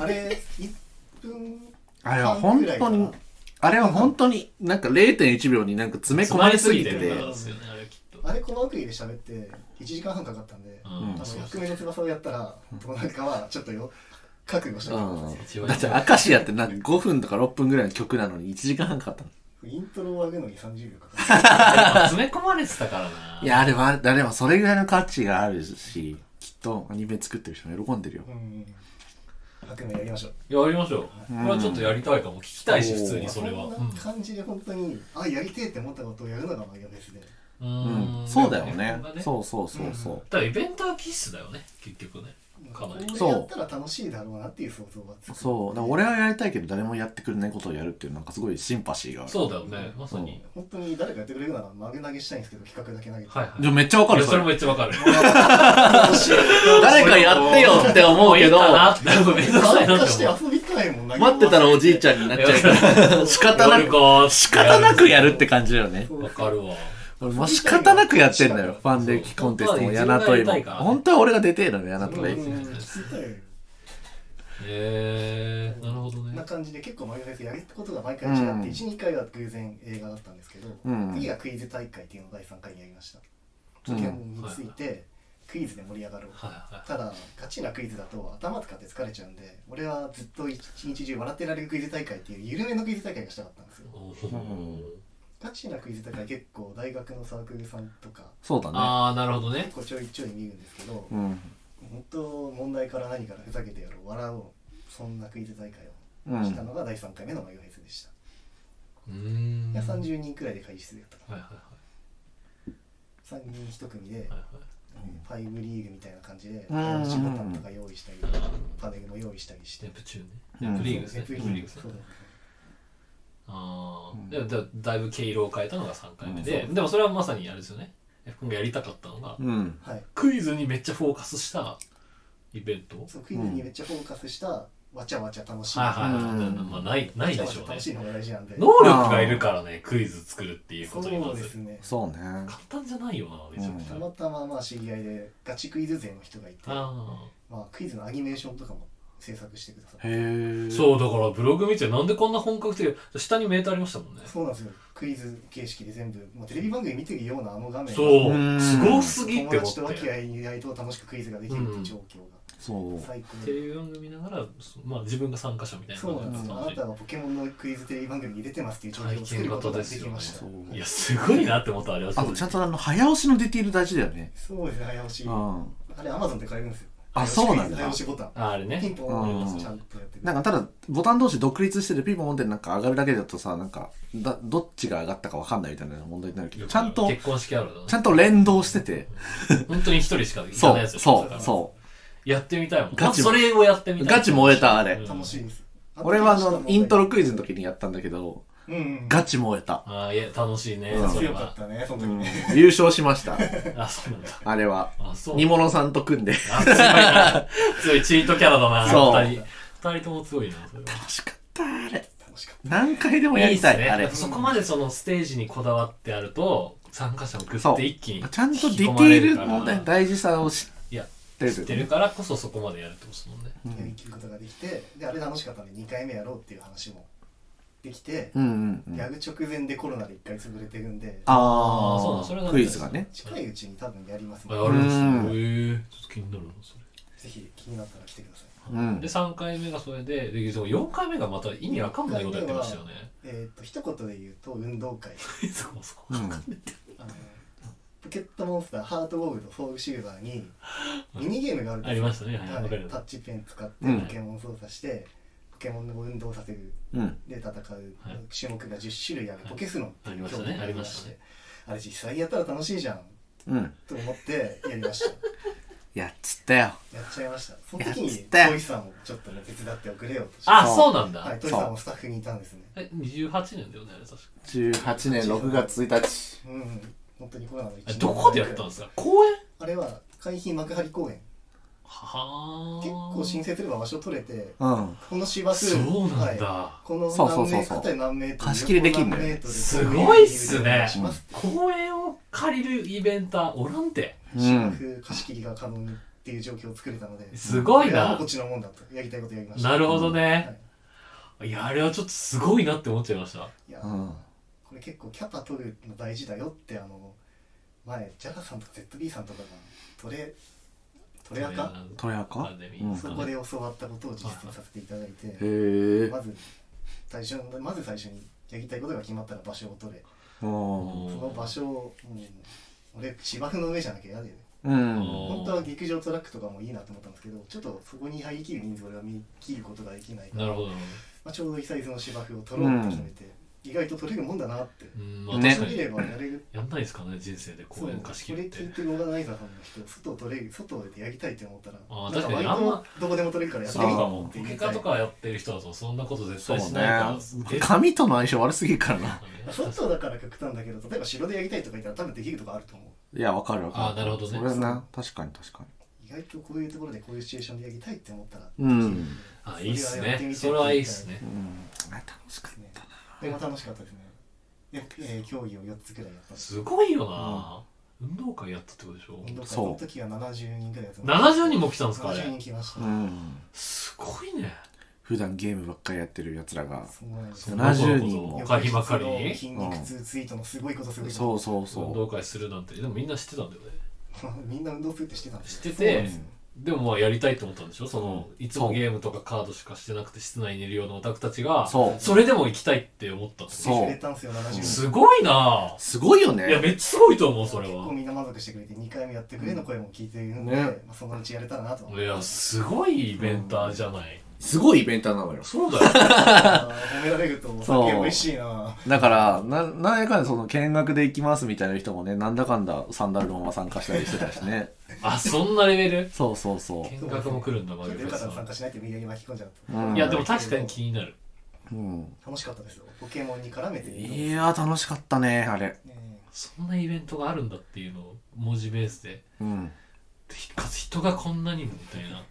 S2: あれ1分
S1: あれは本当に、あれは本当になんか0.1秒になんか詰め込まれすぎて
S3: 詰まり
S1: て
S3: すぎ、てるからですよね、あれきっと。
S2: ああれこの奥義で喋って1時間半かかったんで、
S3: うん
S1: うん
S2: あの
S3: そう
S2: 役目の翼をやったらどうなるかはちょっとよ覚悟しなきゃいけないです
S3: 一
S1: う
S3: 番
S1: ん。だって、アカシアってなんか5分とか6分ぐらいの曲なのに1時間半かかったの。
S2: イントロを上げるのに30秒かか る
S3: 詰め込まれてたからな。
S1: いや、あれは、あれはそれぐらいの価値があるし、きっとアニメ作ってる人も喜んでるよ。
S2: うん役目やりましょう
S3: やりましょう。これはちょっとやりたいかも。聞きたいし、
S1: うん
S3: 普通に
S1: や
S3: それは。
S2: んな感じで本当にあやりてえって思ったことをやるのがマイナスで
S3: う
S1: うんん。そうだよね。
S3: う。
S1: そうそうそうそう。
S3: ただイベントは必須だよね、結局ね。かなり
S2: これやったら楽しいだろうなっていう想像はつく
S1: そう。だから俺はやりたいけど誰もやってくれないことをやるっていうなんかすごいシンパシーがある。
S3: そうだよね、まさに。
S2: 本当に誰かやってくれるなら曲げ投げしたいんですけど企画だけ投げて、
S3: はいはい。
S1: じゃあめっちゃわか
S3: い
S1: る
S3: や
S1: そ
S3: そ
S1: れ
S3: れもめっちゃわかる。
S1: 誰かやってよって思うけど、
S3: もいいかなって、めんどくさい
S2: 参
S3: なっ
S2: 加
S3: て
S2: して
S3: 思う。
S2: 遊びたいもん投げ
S1: 待ってたらおじいちゃんになっちゃうから、 仕方な
S3: やる
S1: く、
S3: か
S1: 仕方なくやるって感じだよね。
S3: わかるわ。
S1: 俺もう仕方なくやってんだよ。ファンデーキコンテストもヤナトイも。本当は俺が出てえのよ、ヤナトイ。
S2: うん聞きたいよ
S3: へえー、なるほど
S2: こんな
S3: ね。
S2: 感じで結構マイナスやることが毎回違って、
S1: うん
S2: 12回は偶然映画だったんですけど、
S1: うん
S2: 次がクイズ大会っていうのを第3回にやりました
S1: うん
S2: 時計についてクイズで盛り上がろう、
S3: はいは
S2: ただガチなクイズだと頭使って疲れちゃうんで俺はずっと一日中笑ってられるクイズ大会っていう緩めのクイズ大会がしたかったんですよ
S3: い。おー
S2: ガチなクイズ大会結構大学のサークルさんとか
S1: そうだね。
S3: あー、なるほどね
S2: 結。構ちょいちょい見るんですけど、
S1: うん。
S2: 本当問題から何からふざけてやろう笑おうそんなクイズ大会
S1: う
S2: をした
S1: ん。
S2: のが第3回目のマイフェスでした、
S3: うーん。
S2: いや
S3: はい
S2: 30人くらいで会議室でやったか
S3: はいはい
S2: な3人1組で
S3: はいはい。
S2: ファイブリーグみたいな感じで
S1: うんうんうん
S2: 仕事とか用意したり
S3: ん
S2: パネルも用意したりして
S3: ネプチューンね。
S1: うん
S3: ネプリーグですね。
S2: ネプリ
S3: ネプ
S2: ー
S3: リ
S2: グ
S3: ーグ
S2: そう
S3: あ
S1: うん
S3: あ、でもだだいぶ毛色を変えたのが3回目で、
S1: うん
S3: でもそれはまさにあれですよね F 君がやりたかったのが、
S1: うん。
S2: はい
S3: クイズにめっちゃフォーカスしたイベントはい
S2: そうクイズにめっちゃフォーカスしたわちゃわちゃ楽しい
S3: はいはい、
S1: うん
S3: まあ、ないないで
S2: わ
S3: し
S2: ちゃ
S3: ょ
S2: わちゃ
S3: うね
S2: 楽しいのが大事なんで
S3: 能力がいるからねクイズ作るっていうことに
S2: そ
S3: ま
S2: うで
S3: ず
S2: すね
S1: そうね。
S3: 簡単じゃないよなめちゃくちゃ、
S2: た
S3: あ
S2: またままあ知り合いでガチクイズ勢の人がいて
S3: あ
S2: まあクイズのアニメーションとかも制作してくださって
S1: へえ。
S3: そうだからブログ見てなんでこんな本格的下にメーターありましたもんね
S2: そうなんですよクイズ形式で全部もうテレビ番組見てるようなあの画面
S3: そう
S1: うん
S3: すごすぎっ
S2: 友
S3: て思
S2: 達
S3: っ
S2: と和気
S3: て
S2: あいあいと楽しくクイズができるっていう状況が
S1: そう。
S2: 最高
S3: テレビ番組見ながら、そまあ、自分が参加者みたいな
S2: そうなんですよ。あ
S3: 感
S2: な
S3: じ
S2: たがポケモンのクイズテレビ番組に出てますっていう状
S3: 体
S2: 況を作
S3: 験
S2: ることが
S3: 型で
S2: ですき
S3: よね
S2: ました。
S3: いや、すごいなって思った、あれは。
S1: あと、ちゃんとあの、早押しのディティール大事だよね。
S2: そうですね、早押し
S1: う。ん。
S2: あれ、アマゾンで買えるんですよ。
S1: あそうなんだ
S2: 早押しボタン。
S3: ああれ
S2: ピ
S3: ね
S2: ン。ポン
S1: うん
S2: ちゃんとやってる
S1: なんか、ただ、ボタン同士独立してるピンポン持ってなんか上がるだけだとさ、なんか、だ、どっちが上がったかわかんないみたいな問題になるけど、ちゃんと、
S3: 結婚式あるだね
S1: ちゃんと連動してて、
S3: 本当に一人しか行か
S1: そ
S3: ないや
S1: う、
S3: つ
S1: そう、そ
S3: そう。やってみたいもん。
S1: ガチ
S3: まずそれをやって
S1: う。
S3: みたい。
S1: ガチ燃えた、あ
S3: う
S1: れ
S3: ん。
S2: 楽しいです。
S1: 俺はあの、イントロクイ
S2: ズ。
S1: ズの時にやったんだけど、
S2: うんうん。
S1: ガチ燃えた。
S3: ああ、いや、楽しいね
S1: うん。
S3: それ
S2: 強かっ
S3: は。
S2: たね、その
S1: う
S2: 時
S1: ん
S2: ね。
S1: 優勝しま した。
S3: あ、そうなんだ。
S1: あれは。
S3: あ、そう。
S1: 煮物さんと組んで。
S3: あ、強い な。強いチートキャラだな。
S1: そう
S3: 二人。二人とも強いな、それは。
S1: 楽しかった、あれ。
S2: 楽しかっ
S1: 何回でもやりたい、
S3: いいっす
S1: あ
S3: ね。やっ
S1: れ
S3: ぱ。そこまでそのステージにこだわってあると、参加者をグ
S1: そ
S3: ッ
S1: う
S3: て一気に。
S1: ちゃんとディティールのね、大事さを知
S3: いや、
S1: ってる。
S3: 知ってるからこそそこまでやるってことですもんね。
S1: う
S2: た。やり
S1: ん
S2: きることができて、で、あれ楽しかったんで、2回目やろうっていう話もできて、
S1: うんうんう
S2: や
S1: ん。
S2: る直前でコロナで1回潰れてるんで、
S3: あーそう
S1: あ
S3: だそれなん
S1: ー、
S3: だ
S1: クイズがね。
S2: 近いうちに多分やります
S3: あ
S2: の
S3: や
S2: で
S3: るんですね。
S1: うん
S3: へえ。ちょっと気になるな、それ。
S2: ぜひ気になったら来てください。
S1: うん
S3: で、。3回目がそれで、で、4回目がまた意味わかんないことやってましたよね。
S2: えーっと、一言で言うと、運動会。
S3: そこそこ。
S1: うん
S2: あのポケットモンスターハートゴールドソウルシルバーにミニゲームがあるんで
S3: あ
S2: す
S3: り
S2: よ、
S3: ましたね。はい、
S2: は
S3: わかる
S2: い、タッチペン使って
S1: うん
S2: ポケモン操作して、ポケモンの運動させる
S1: うん。
S2: で戦う、
S3: はい
S2: 種目が10種類ある、
S3: はい
S2: ポケスノンっていう
S3: ありましたね
S2: 競技が
S3: ありましたね
S2: あれ実際やったら楽しいじゃん
S1: うん。
S2: と思ってやりました
S1: やっつったよ。
S2: やっちゃいましたその時
S1: やっ
S2: に
S1: たよ
S2: トイさんをちょっとね手伝っておくれよとして
S3: あ、
S1: そう
S3: そうなんだ。
S2: はい、トイさんもスタッフにいたんですね
S3: え、28年だよね、あれ確か。
S1: 18年6月1日。
S2: うんうん本当にコロナの一
S3: あれ
S2: 年
S3: どこでやったんですか公園
S2: あれは海浜幕張公園
S3: はあ。
S2: 結構申請すれば場所取れて
S1: うん。
S2: この芝生
S3: そうなんだ。
S2: はいこの
S1: そうそう
S2: 何
S1: そう
S2: メー
S1: そ
S2: ト
S1: う
S2: ル縦何メートル
S1: 貸し切りできんのよ
S2: 横何メートル
S3: すごいっすね
S2: します
S3: 公園を借りるイベンターおらんて。
S1: う
S2: 芝
S1: ん。
S2: 生貸し切りが可能っていう状況を作れたのです
S3: ごいな
S2: こっ。ちのもんだとやりたいことやりました
S3: なるほど
S2: は
S3: ね
S2: い。
S3: いや、あれはちょっとすごいなって思っちゃいました。
S2: いや
S1: うん
S2: これ結構キャパ取るの大事だよってあの前ジャガさんと ZB さんとかがトレトレアカ
S1: トレア
S3: ア
S1: カ
S3: カデミ
S1: う
S3: ー
S1: ん
S3: です
S2: そ
S3: かね
S2: こで教わったことを実践させていただいて、
S1: へえ
S2: まず最初のまず最初にやりたいことが決まったら場所を取れ
S1: うん
S3: おー
S2: その場所を、うん、俺芝生の上じゃなきゃ嫌で
S1: うん
S3: おー
S2: 本当は劇場トラックとかもいいなと思ったんですけどちょっとそこに入りきる人数俺は見切ることができないから
S3: なるほど。
S2: まあ、ちょうど久々の芝生を取ろうって決めて、意外と取れるもんだなって
S3: うん、まあ、
S1: ね
S3: 確か
S2: 取れ
S3: に。
S2: ればやれる
S3: やんないですかね、人生で
S2: そ
S3: 公
S2: う
S3: 演
S2: これ
S3: 貸し切
S2: 聞
S3: っ
S2: い
S3: て。
S2: てるオーガナイザーさんの人外取れ外でやりたいって思ったら
S3: あー
S2: なん
S3: 確かに
S2: 割と
S3: あんま
S2: どこでも取れるからやって
S3: そう
S2: み
S3: か
S2: よ
S3: も。
S2: うって言
S3: 結
S2: いた
S3: 果
S2: い
S3: とかやってる人だと、そんなこと絶
S1: そう
S3: 対しないから。
S1: ね紙との相性悪すぎるからな
S2: 外だから極端だけど例えば城でやりたいとか言ったら多分できるとかあると思う
S1: いやわかるわかる
S3: あーなるほどね
S1: それな確かに確か
S2: 意外とこういうところでこういうシチュエーションでやりたいって思ったら
S1: にうん、
S3: あ、いいっす
S2: それはやってみ
S3: ね。
S2: て
S3: それはいいっすね。
S1: うん、あ楽しかったな
S2: これも楽しかったですねで、えー競技を4つくらいやったんです
S3: すごいよな、運動会やったってことでしょ
S2: 運動会
S1: そう
S2: の時は70人くらいやってます
S3: 70人も来たんですかあ
S2: 70
S3: れ
S2: 人来ました、
S1: うん
S3: すごいね
S1: 普段ゲームばっかりやってるやつらが
S2: すごいです
S3: そんなこと
S1: 70人も
S3: おかひばかりに
S2: 筋肉痛ツイートのすごいことすごいこと
S1: そうそう
S3: 運
S1: そ
S3: 動会するなんてでもみんな知ってたんだよね
S2: みんな運動するって知ってたんで
S3: 知
S2: す
S3: って
S1: う、う
S3: て
S1: ん
S3: でもまあやりたいと思ったんでしょそのいつもゲームとかカードしかしてなくて室内にいるようなオタクたちが
S1: そう
S3: れでも行きたいって思ったってこと
S1: そう
S2: くれたんですよ70人
S3: すごいな
S1: すごいよ
S3: いや
S1: ね
S3: めっちゃすごいと思うそれ
S2: 結構
S3: は
S2: みんな満足してくれて2回目やってくれの声も聞いているので、
S1: ね
S2: まあ、そのうちやれたらなと思っ
S3: い
S2: て
S3: やすごいイベンターじゃない、
S1: すごいイベントなのよ
S3: そうだよ
S2: あー褒められるとお
S1: そう
S2: 酒美味しいな
S1: だからななんやかんやその見学で行きますみたいな人もねなんだかんだサンダルロンは参加したりしてたしね
S3: あそんなレベ ル
S1: そうそうそう
S3: 見学も来るんだマ
S2: ちょ
S3: グ
S2: っと
S3: フ
S2: よかっ
S3: ェス
S2: たら参
S3: は
S2: 加しないって無理やり巻き込んじゃうと、
S1: うん
S3: いやでも確かに気になる
S1: うん
S2: 楽しかったですよポケモンに絡めていいと思
S1: いやー楽しかったねあれ
S2: うね
S3: そんなイベントがあるんだっていうのを文字ベースで
S1: うん
S3: かつ人がこんなにもみたいな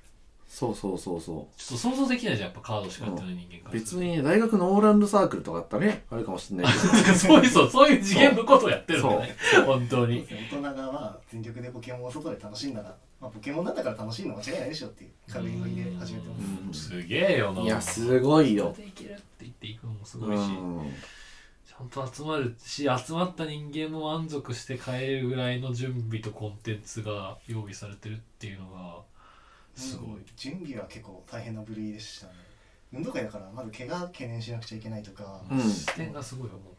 S1: そうそうそうそ
S3: ちょっと想像できないじゃんやっぱカードしかやってない人間
S1: う
S3: から
S1: 別にね大学のオーランドサークルとかあったらねあるかもしんないけど
S3: なんかそういうそうそういう次元のことをやってるんだね本当
S2: え
S3: に
S2: 大人側は全力でポケモンを外で楽しんだら、まあ、ポケモンなんだから楽しいの間違いないでしょっていう軽いノリで始めてます
S3: うんすげえ よない
S1: いやすごいよ
S3: できるって言っていくのもす
S1: う
S3: ごいし
S1: ん
S3: ちゃんと集まるし集まった人間も満足して帰るぐらいの準備とコンテンツが用意されてるっていうのがすごい
S2: うん準備は結構大変な部類でしたね運動会だからまず怪我懸念しなくちゃいけないとか、
S1: うん
S3: 視点がすごいよも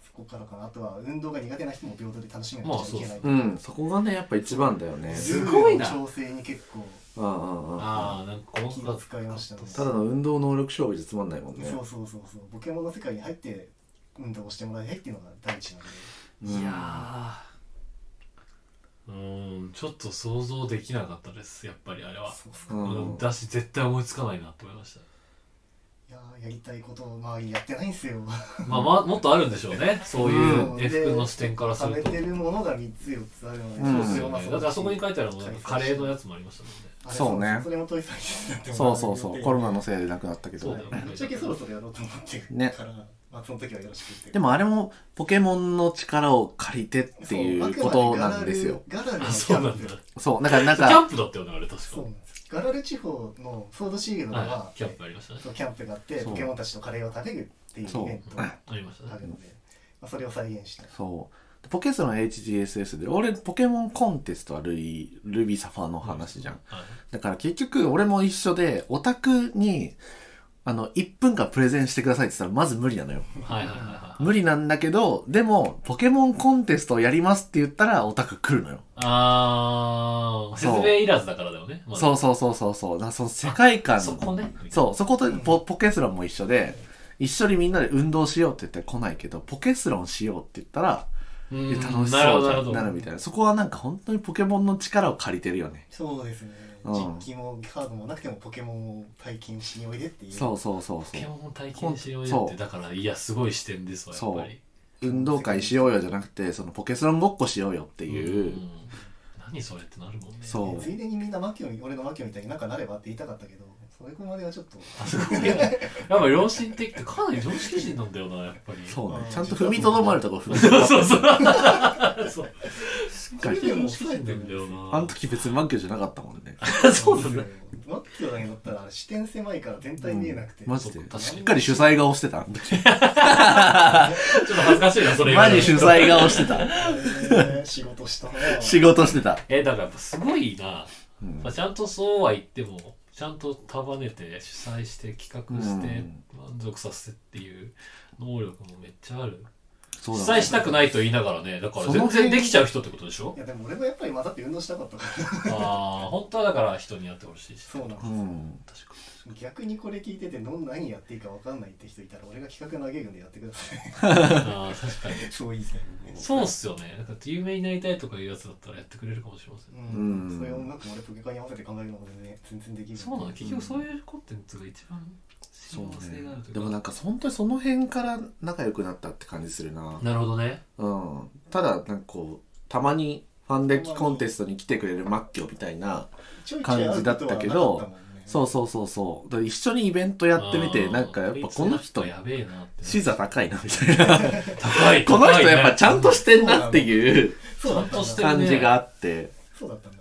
S2: そこからかなあとは運動が苦手な人も平等で楽しめなくちゃいけないとか、
S1: うんそこがねやっぱ一番だよね
S3: すごいな
S2: ルールの調整に結構
S1: うんうんう
S3: うんああなんかこの
S2: 気を使いましたね
S1: ただの運動能力勝負じゃつまんないもんね
S2: そうそうそうそうポケモンの世界に入って運動をしてもらいたいっていうのが第一なんで
S1: うん
S3: いやーうんちょっと想像できなかったですやっぱりあれは
S2: そうっす
S1: う
S2: か
S1: ん
S3: うんだし絶対思いつかないなと思いまし
S2: いやーやりたいことを周りやってないんですよ
S3: た、まあ、まあもっとあるんでしょうねそういううん F の視点からす
S2: 貯
S3: る
S2: め
S3: と、
S2: てるものが3つ4つあるので、
S1: うん
S3: そうですよ
S2: まあ
S3: ねだってあそこに書いてあるもの
S2: そう
S3: カレーのやつもありましたもんね
S2: あれ
S1: そうね
S2: それも問いされて
S1: そうそうそうコロナ
S2: の
S1: のせいでなくなったけ
S3: そ
S1: ど
S3: うだよ
S2: ぶっちゃけそろそろやろうと思って
S1: ね
S2: るから、まあ、その時はよろしくって
S1: でもあれもポケモンの力を借りてっていうことなんですよ
S2: ガラルガラルの
S3: あ
S2: キ
S3: そうな
S2: ャン
S3: ん
S2: プ
S3: だキ
S1: そうだからなん
S3: ャ
S1: か
S3: ンプだったよねあれ確
S2: そうな
S3: か
S2: んですガラル地方のソードシールドでは
S3: は、いキャンプありましたね
S2: そうキャンプがあって
S1: そう
S2: ポケモンたちとカレーを食べるっていうイベントが
S3: ありました
S2: あ
S3: ね
S2: るので、まあ、それを再現した
S1: そうポケストの HGSS で俺ポケモンコンテストはルイルビーサファーの話じゃん
S3: はい
S1: だから結局俺も一緒でオタクにあの1分間プレゼンしてくださいって言ったらまず無理なのよ
S3: はいはいはいはい
S1: 無理なんだけどでもポケモンコンテストをやりますって言ったらオタク来るのよ
S3: ああ説
S1: そう
S3: 明いらずだからだよね、まだ
S1: そうそうそうそうそう。だからその世界観。
S3: そこね
S1: そう、そことポポケスロンも一緒で、一緒にみんなで運動しようって言って来ないけど、ポケスロンしようって言ったら、
S3: う
S1: え
S3: ん
S1: 楽し
S3: な
S1: そ
S3: るほ
S1: う
S3: ど
S1: じ
S3: なる
S1: ゃ
S3: ほ
S1: ん
S3: ど
S1: なるみたいな。そこはなんか本当にポケモンの力を借りてるよね。
S2: そうですね、
S1: うん
S2: 実機もカードもなくてもポケモンを体験しにおいでっていう
S1: そうそうそう
S3: ポ
S1: そ
S3: ケモ
S1: う。
S3: ンを体験しよう
S1: ほ
S3: よ
S1: ん
S3: ってだからいやすごい視点ですわやっぱり
S1: 運動会しようよじゃなくて、そのポケスロンごっこしようよっていう。
S3: ん何それってなるもんね
S1: そう
S2: ついでにみんなマキオに俺のマキオみたいになんかなればって言いたかったけどそれまではちょっと
S3: あそこね やっぱ良心的ってかなり常識人なんだよなやっぱり
S1: そうね
S2: う。ん
S1: ちゃんと踏みとどまるとこ踏みとどまる。
S3: そうそうそう
S1: 回
S2: でも
S3: してんだよな。
S1: あの時別にマッキョじゃなかったもんね。
S3: そうなんだ。
S2: マッキョだけ乗ったら視点狭いから全体見えなくて、
S1: マジで。
S3: 確かに
S1: しっかり主催顔してた。あの時
S3: ちょっと恥ずかしいな、それ言わ
S1: マ
S3: れ
S1: ジ
S3: る
S1: 主催顔してた。
S2: えー仕事したな
S1: 仕事してた。
S3: え、だからやっぱすごいな。
S1: うん
S3: まあ、ちゃんとそうは言っても、ちゃんと束ねて、主催して、企画して
S1: うん、
S3: 満足させてっていう能力もめっちゃある。主
S1: そうだ
S3: 催したくないと言いながらね、だから
S1: その
S3: 全
S1: 辺
S3: 然できちゃう人ってことでしょ
S2: いやでも俺もやっぱり混ざって運動したかったから
S3: ああ、本当はだから人にやってほしいし。
S2: そうなの
S1: う、ん。
S3: 確か
S2: 逆にこれ聞いててどん何やっていいか分かんないって人いたら俺が企画投げるんでやってください
S3: に。ああ、確かに。
S2: そういいですね
S3: そうっすよね。なんか有名になりたいとかいうやつだったらやってくれるかもしれません。
S2: うん、
S1: うん
S2: それをうまく俺ポケカに合わせて考えるのが全然全然できる
S3: そうなの、
S2: 結
S3: 結局そういうコンテンツが一番
S1: そ
S3: 幸
S1: う
S3: せがあると
S1: ね。
S3: いう
S1: で
S3: か。
S1: もなんか本当にその辺から仲良くなったって感じするな。
S3: なるほどね。
S1: うん。ただ、なんかこう、たまにファンデッキコンテストに来てくれるマッキョみたいな、
S2: ちょいちょい
S1: 感じだったけど
S2: 会うことはなかったもんね
S1: そうそうそうそう。だから一緒にイベントやってみて、
S3: あー
S1: なんかやっぱこの人
S3: こいつ、やべえなって。
S1: 視座高いなみたいな。
S3: 高 い。
S1: この人やっぱちゃんと
S3: し
S1: してんなっていう
S2: そうだったん
S3: ちゃんとし
S2: だ
S3: てる
S1: 感じがあって。
S2: そうだったんだ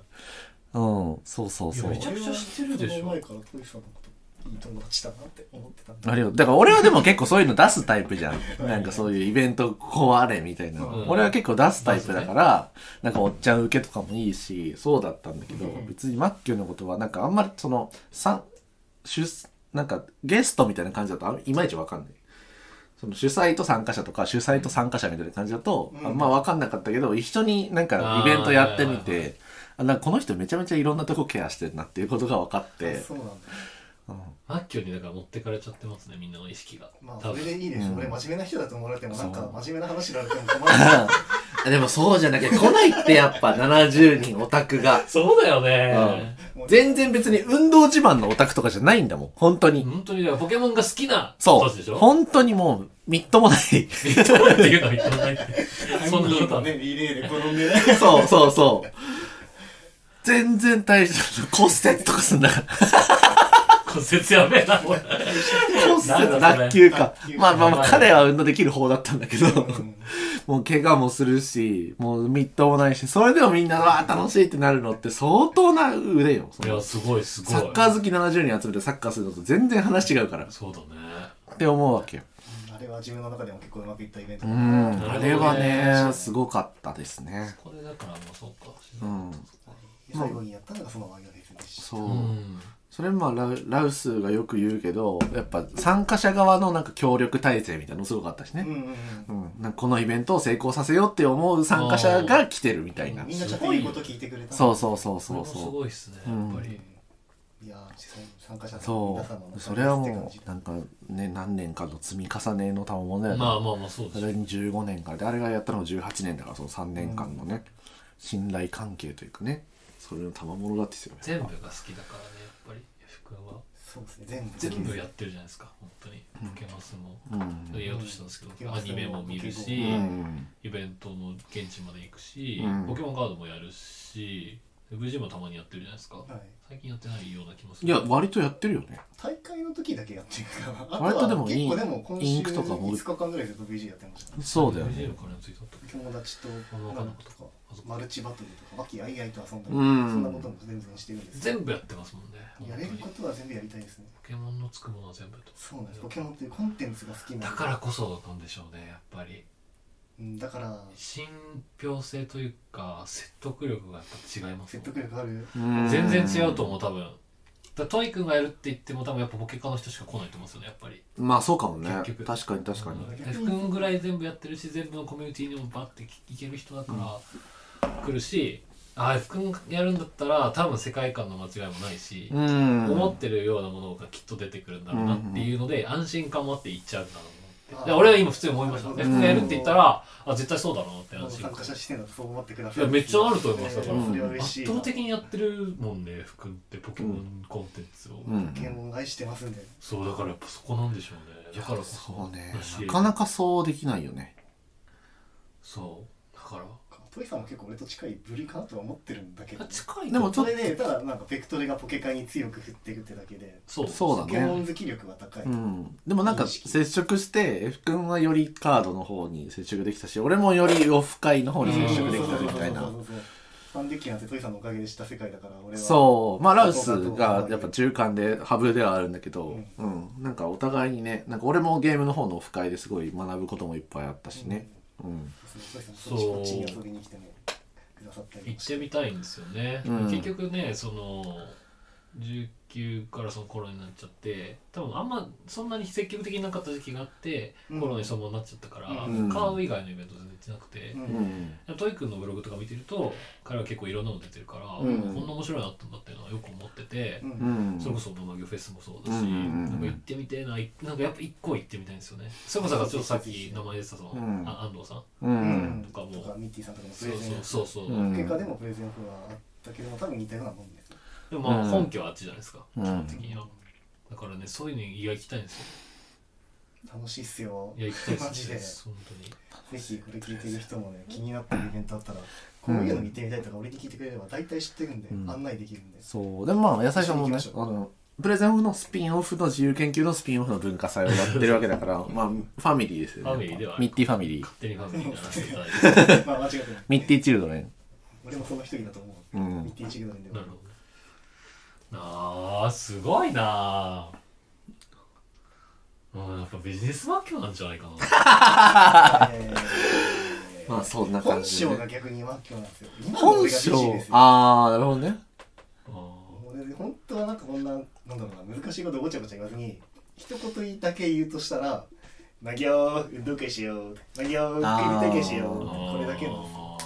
S1: うん、そうそうそう
S3: いやめ。ちゃくちゃ知ってるでしょ
S2: 俺はその前からトイさんのこといい友達だなって思ってたんだ
S1: あれよ。だから俺はでも結構そういうの出すタイプじゃ ん。なんかそういうイベントこうあれみたいな。
S2: うん
S1: 俺は結構出すタイプだから、なんかおっちゃん受けとかもいいし、そうだったんだけど、
S2: うん
S1: 別にマッキューのことはなんかあんまりその、さん、主、なんかゲストみたいな感じだとあんいまいちわかんない。その主催と参加者とか主催と参加者みたいな感じだと、
S2: うん
S1: あんまわかんなかったけど、一緒になんかイベントやってみ
S3: あーはいはい
S1: て、あなんかこの人めちゃめちゃいろんなとこケアしてるなっていうことが分かって、
S2: そうなんだ
S1: うん
S3: マッキョにだから持ってかれちゃってますね、みんなの意識が。
S2: まあ
S3: 多
S2: それ
S3: 分
S2: でいいでしょ、
S1: うん
S2: 俺真面目な人だと思われてもなんか
S1: そう
S2: 真面目な話になるても 困る
S1: でもそうじゃなきゃ来ないってやっぱ70人オタクが。
S3: そうだよね。
S2: もう
S1: 全然別に運動自慢のオタクとかじゃないんだもん。本当に。
S3: 本当にだからポケモンが好きな
S1: そ
S3: 人たちでし
S1: う。
S3: ょ
S1: 本当にもう、みっと もない。
S3: 認めるっていうのは認めないって。そんなことはね。
S2: ねリレーで転んでね
S1: そうそうそう。全然大丈夫。骨折とかすんだから。
S3: 骨折やべえな、これ。
S1: 骨折、
S3: なんだ
S1: 脱臼か
S2: 脱臼。
S1: まあまあまあ、彼は運動できる方だったんだけど、
S2: うん
S1: もう怪我もするし、もうみっともないし、それでもみんな、わあ、楽しいってなるのって相当な腕よ。
S3: いや、すごい、すごい。
S1: サッカー好き70人集めてサッカーするのと全然話違うから。
S3: そうだね。
S1: って思うわけよ。
S2: あれは自分の中でも結構うまくいったイベント
S1: う
S2: だ
S1: ん、
S3: るほど
S1: あ
S3: ね
S1: れはね、すごかったですね。
S3: これだからもうそうか。
S1: うん、
S2: 最後にやったのがそのワイヤレースでし
S1: そう。
S3: うん。
S1: それもラウラウスがよく言うけど、やっぱ参加者側のなんか協力体制みたいなのすごかったし
S2: た。うん
S1: ね。
S2: うんうん
S1: うん、なんかこのイベントを成功させようって思う参加者が来てるみたいな
S2: み。んなちゃんといいこと聞いてくれた。
S1: そうそうそう
S3: それ
S1: そう
S3: もす
S1: そ
S3: ごいっすね、やっぱり。
S2: いやー、実際に参加者
S1: う。
S2: の
S1: そ
S2: 皆様の
S1: う。それは
S2: おかげで
S1: も
S2: って
S1: う、なんかね、何年かの積み重ねのたまもの
S3: ま
S1: や
S3: あ
S1: な
S3: まあまあ、そうで
S1: そ
S3: すよ
S1: れに15年からであれがやったのが18年だからその3年間のね、信頼関係というかねそれの賜物だってですよね
S3: 全部が好きだからね、やっぱり、福は。
S2: そうですね、全部。
S3: 全部やってるじゃないですか、本当に。ポケマスも。
S1: うん
S3: やろうとしたんですけ
S2: うん
S3: ど、アニメも見るし、
S2: う
S1: うん
S3: イベントの現地まで行くし、
S1: うん
S3: ポケモンカードもやるし、VG もたまにやってるじゃないですか。
S2: はい。
S3: 最近やってないような気もする。
S1: いや割とやってるよね
S2: 大会の時だけやってるから、
S1: 割とでも
S2: あは結構でも今週
S1: インクとかも
S2: 5日間ぐらいずっと BG やってましたね。
S1: そうだよ
S3: VG
S1: ね
S3: の金ついたったっ
S2: 友達と、
S3: わ
S2: 女
S3: か
S2: の
S3: んな
S2: 子とか、
S3: け
S2: マルチバトルとか、和気あいあいと遊んだり、
S1: う
S2: そ
S1: ん
S2: んなことも全然してるんですよ
S3: 全部やってますもんね。
S2: や
S3: 本
S2: れ
S3: 当
S2: る
S3: に
S2: こ
S3: ポ
S2: とは全部やりたいですね。
S3: ケモンのつくものは全部と。
S2: そうなんです。ポケモンというコンテンツが好きなんで
S3: だから、こそなんでしょうね、やっぱり。
S2: うんだから、
S3: 信憑性というか、説得力がやっぱ違いますも
S2: 説
S3: ん
S2: 得力ある。
S3: 全然違うと思う、多分。だからトイ君がやるって言っても多分やっぱポケカの人しか来ないと思うんですよね、やっぱり。
S1: うんまあそうかもね
S3: 結局
S1: 確かに確かに、
S3: うん F 君ぐらい全部やってるし全部のコミュニティにもバッていける人だから来るし、ああ F 君やるんだったら多分世界観の間違いもないし、
S1: うん
S3: 思ってるようなものがきっと出てくるんだろうなっていうので、安心感もあって行っちゃうんだろうなって、で
S2: あー
S3: 俺は今普通に思いました、
S2: うん
S3: F 君やるって言ったらあ絶対そうだなって安心
S2: 参加者
S3: 感
S2: 視点だとそう思ってくだ
S3: い
S2: さい。
S3: やめっちゃあると思いますだ
S2: え
S3: か
S2: ー
S3: ら、
S1: うん
S2: それは嬉しい
S3: 圧
S2: な。
S3: 倒的にやってるもんね F 君ってポケモンコンテンツを、
S1: うん
S2: ポケモン愛してますんで。
S3: そうだからやっぱそこなんでしょうねだからこそ
S1: そうね
S3: だし
S1: なかなかそうできないよね
S3: そうだから
S2: トイさんも結構俺と近い部類かなとは思ってるんだけど、
S3: 近い
S1: でもちょ
S2: それでただなんかベクトルがポケカに強く振ってるってだけで
S3: そう
S1: そうだ
S2: ポケモン
S1: ね。
S2: 好き力は高い、
S1: うん。でもなんか
S2: 認識
S1: 接触して、F 君はよりカードの方に接触できたし、俺もよりオフ会の方に接触できたみたいな。
S2: ファンデッキなんてトイさんのおかげで知った世界だから俺は
S1: そう。まあ、ラウスがやっぱ中間で、ハブではあるんだけど、うん。なんかお互いにね、なんか俺もゲームの方のオフ会ですごい学ぶこともいっぱいあったしね。うん。
S2: そうそうそうトイさんこっちこっちに遊びに来てもくださったり
S3: 行ってみたいんですよね、
S1: うん
S3: 結局ねその19からそのコロナになっちゃって多分あんまそんなに積極的になかった時期があって、
S2: うん
S3: コロナにそのままなっちゃったから、
S2: うん
S3: カード以外のイベント全然行ってなくて、
S2: う
S1: うんん。
S3: トイ君のブログとか見てると彼は結構いろんなの出てるから、
S1: うん
S3: こんな面白いのあったんだっていうのはよく思ってて
S2: う、ん
S1: う
S3: それこ
S1: ん。
S3: そ「ドマギョフェス」もそうだし、
S1: うんうんうん
S3: なんか行ってみてえないなんかやっぱ一個行ってみたいんですよねそれこそなんかちょっとさっき名前出てたその、
S1: うん
S3: あ安藤さん
S1: う。
S2: うん
S3: とかも
S2: とかミッティさんとかもプ
S3: そう
S2: レゼン
S3: そうそうそう、
S1: うん
S2: 結果でもプレゼン風はあったけども多分似たようなもんですよ
S3: でもまあ
S1: うん
S3: 本家はあっちじゃないですか、
S1: うん
S3: 基本的にはだからねそういうのに意外行きたいんですよ
S2: 楽しいっすよ
S3: いや行きたいです
S2: マジでぜ
S3: 本当に
S2: ひこれ聞いてる人もね気になってるイベントあったらこういうの見てみたいとか俺に聞いてくれれば大体知ってるんで
S1: うん
S2: 案内できる んで
S1: そう。でもまあ、野菜さんもね
S2: 一緒、に
S1: あ
S2: 行きましょ
S1: の、プレゼンオフのスピンオフの自由研究のスピンオフの文化祭をやってるわけだから、まあ、ファミリーですよね。
S3: ファミリーではある
S1: ミッティファミリー。
S3: 勝手にファミリーにならせていただいて
S2: まあ間違ってない
S1: ミッティチルドレン。
S2: 俺もその一人だと思う
S1: うん
S2: ミッティチルドレンで
S3: な
S2: も
S3: るほどあーすごいなーうんやっぱビジネスマーケットなんじゃないか な
S2: えー
S1: まあ、そんな感
S2: 本
S1: じで
S2: 性
S1: ね。
S2: が逆にマッキョなんですよ今の
S1: 本
S2: 俺がビジ
S1: 性
S2: ですよ
S1: あー、なるほどね。
S3: あ
S2: 俺本当はなんかこんななんだろうな難しいことごちゃごちゃ言わずに一言だけ言うとしたら「なぎょー運動会しよう」「なぎょー組み体験しよう」
S3: ー
S2: これだけなんですよ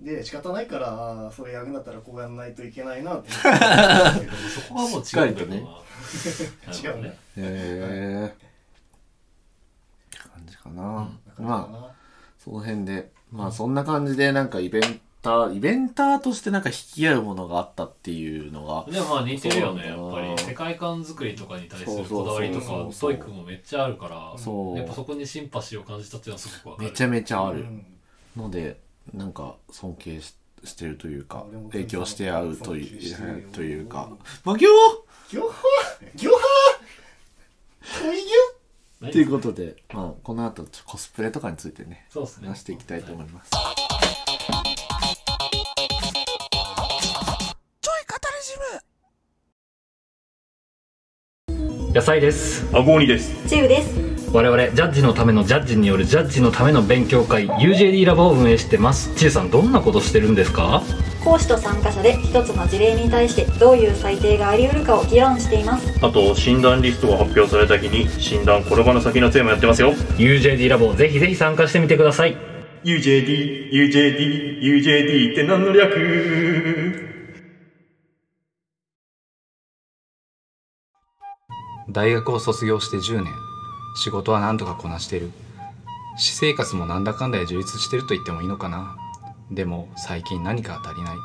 S2: で仕方ないからあーそれやるんだったらこうやんないといけな いなって
S3: でもそこはもう違うんだけどな
S2: 違うね
S1: へえ。って感じかな。まあ、
S2: ま
S1: その辺で、まあそんな感じで、なんかイベンター、イベンターとしてなんか引き合うものがあったっていうのが、
S3: でもまあ似てるよねや
S1: そうなん
S3: っぱ
S1: だよな
S3: り世界観作りとかに対するこだわり
S1: そ
S3: と
S1: うそう
S3: か
S1: そうそう
S3: トイ君もめっちゃあるから
S1: そう
S3: やっぱそこにシンパシーを感じたっていうのはすごくわかる
S1: めちゃめちゃあ
S2: う
S1: る
S2: ん
S1: ので、なんか尊敬ししてるというか
S2: 俺も、
S1: 影響して合うとい
S2: 尊敬してる
S1: う
S2: よ、
S1: というか、まあ今
S2: ぎょはぎょはこいぎ
S1: 日
S3: 何
S1: ということで、まあこの後ちょコスプレとかについてね、
S3: そうですね
S1: 話していきたいと思います。
S3: 野菜です
S4: アゴーニです
S5: チウです。
S3: 我々ジャッジのためのジャッジによるジャッジのための勉強会 UJD ラボを運営してますちえさんどんなことしてるんですか
S5: 講師と参加者で一つの事例に対してどういう裁定があり得るかを議論しています。
S4: あと診断リストが発表された日に診断転ばぬ先の杖もやってますよ
S3: UJD ラボぜひぜひ参加してみてください
S4: UJD UJD UJD って何の略
S6: 大学を卒業して10年仕事は何とかこなしてる私生活もなんだかんだで充実してると言ってもいいのかなでも最近何か足りない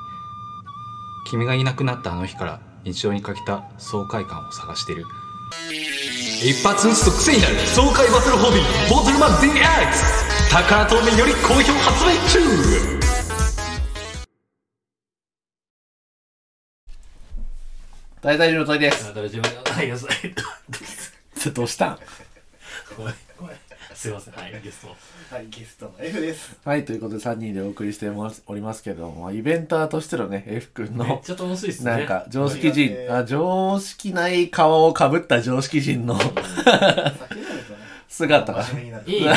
S6: 君がいなくなったあの日から日常に欠けた爽快感を探してる一発打つと癖になる爽快バトルホビーボトルマン DX 高田透明より好評発売中
S1: 大体の問いです。
S3: あだ自分はい野菜
S1: どうしたん
S3: ごめんごめんすいませんはいゲスト
S2: ょはいゲストの F です
S1: はい、ということで3人でお送りしてますおりますけども、まあイベンターとしてのね、F 君
S3: めっ
S1: の、
S3: ちゃ楽しいっすね
S1: なんか、常識人、
S2: ね
S1: あ、常識ない顔をかぶった常識人 の
S2: 酒飲むとね
S1: 姿が。
S2: 真面目になる
S3: い いね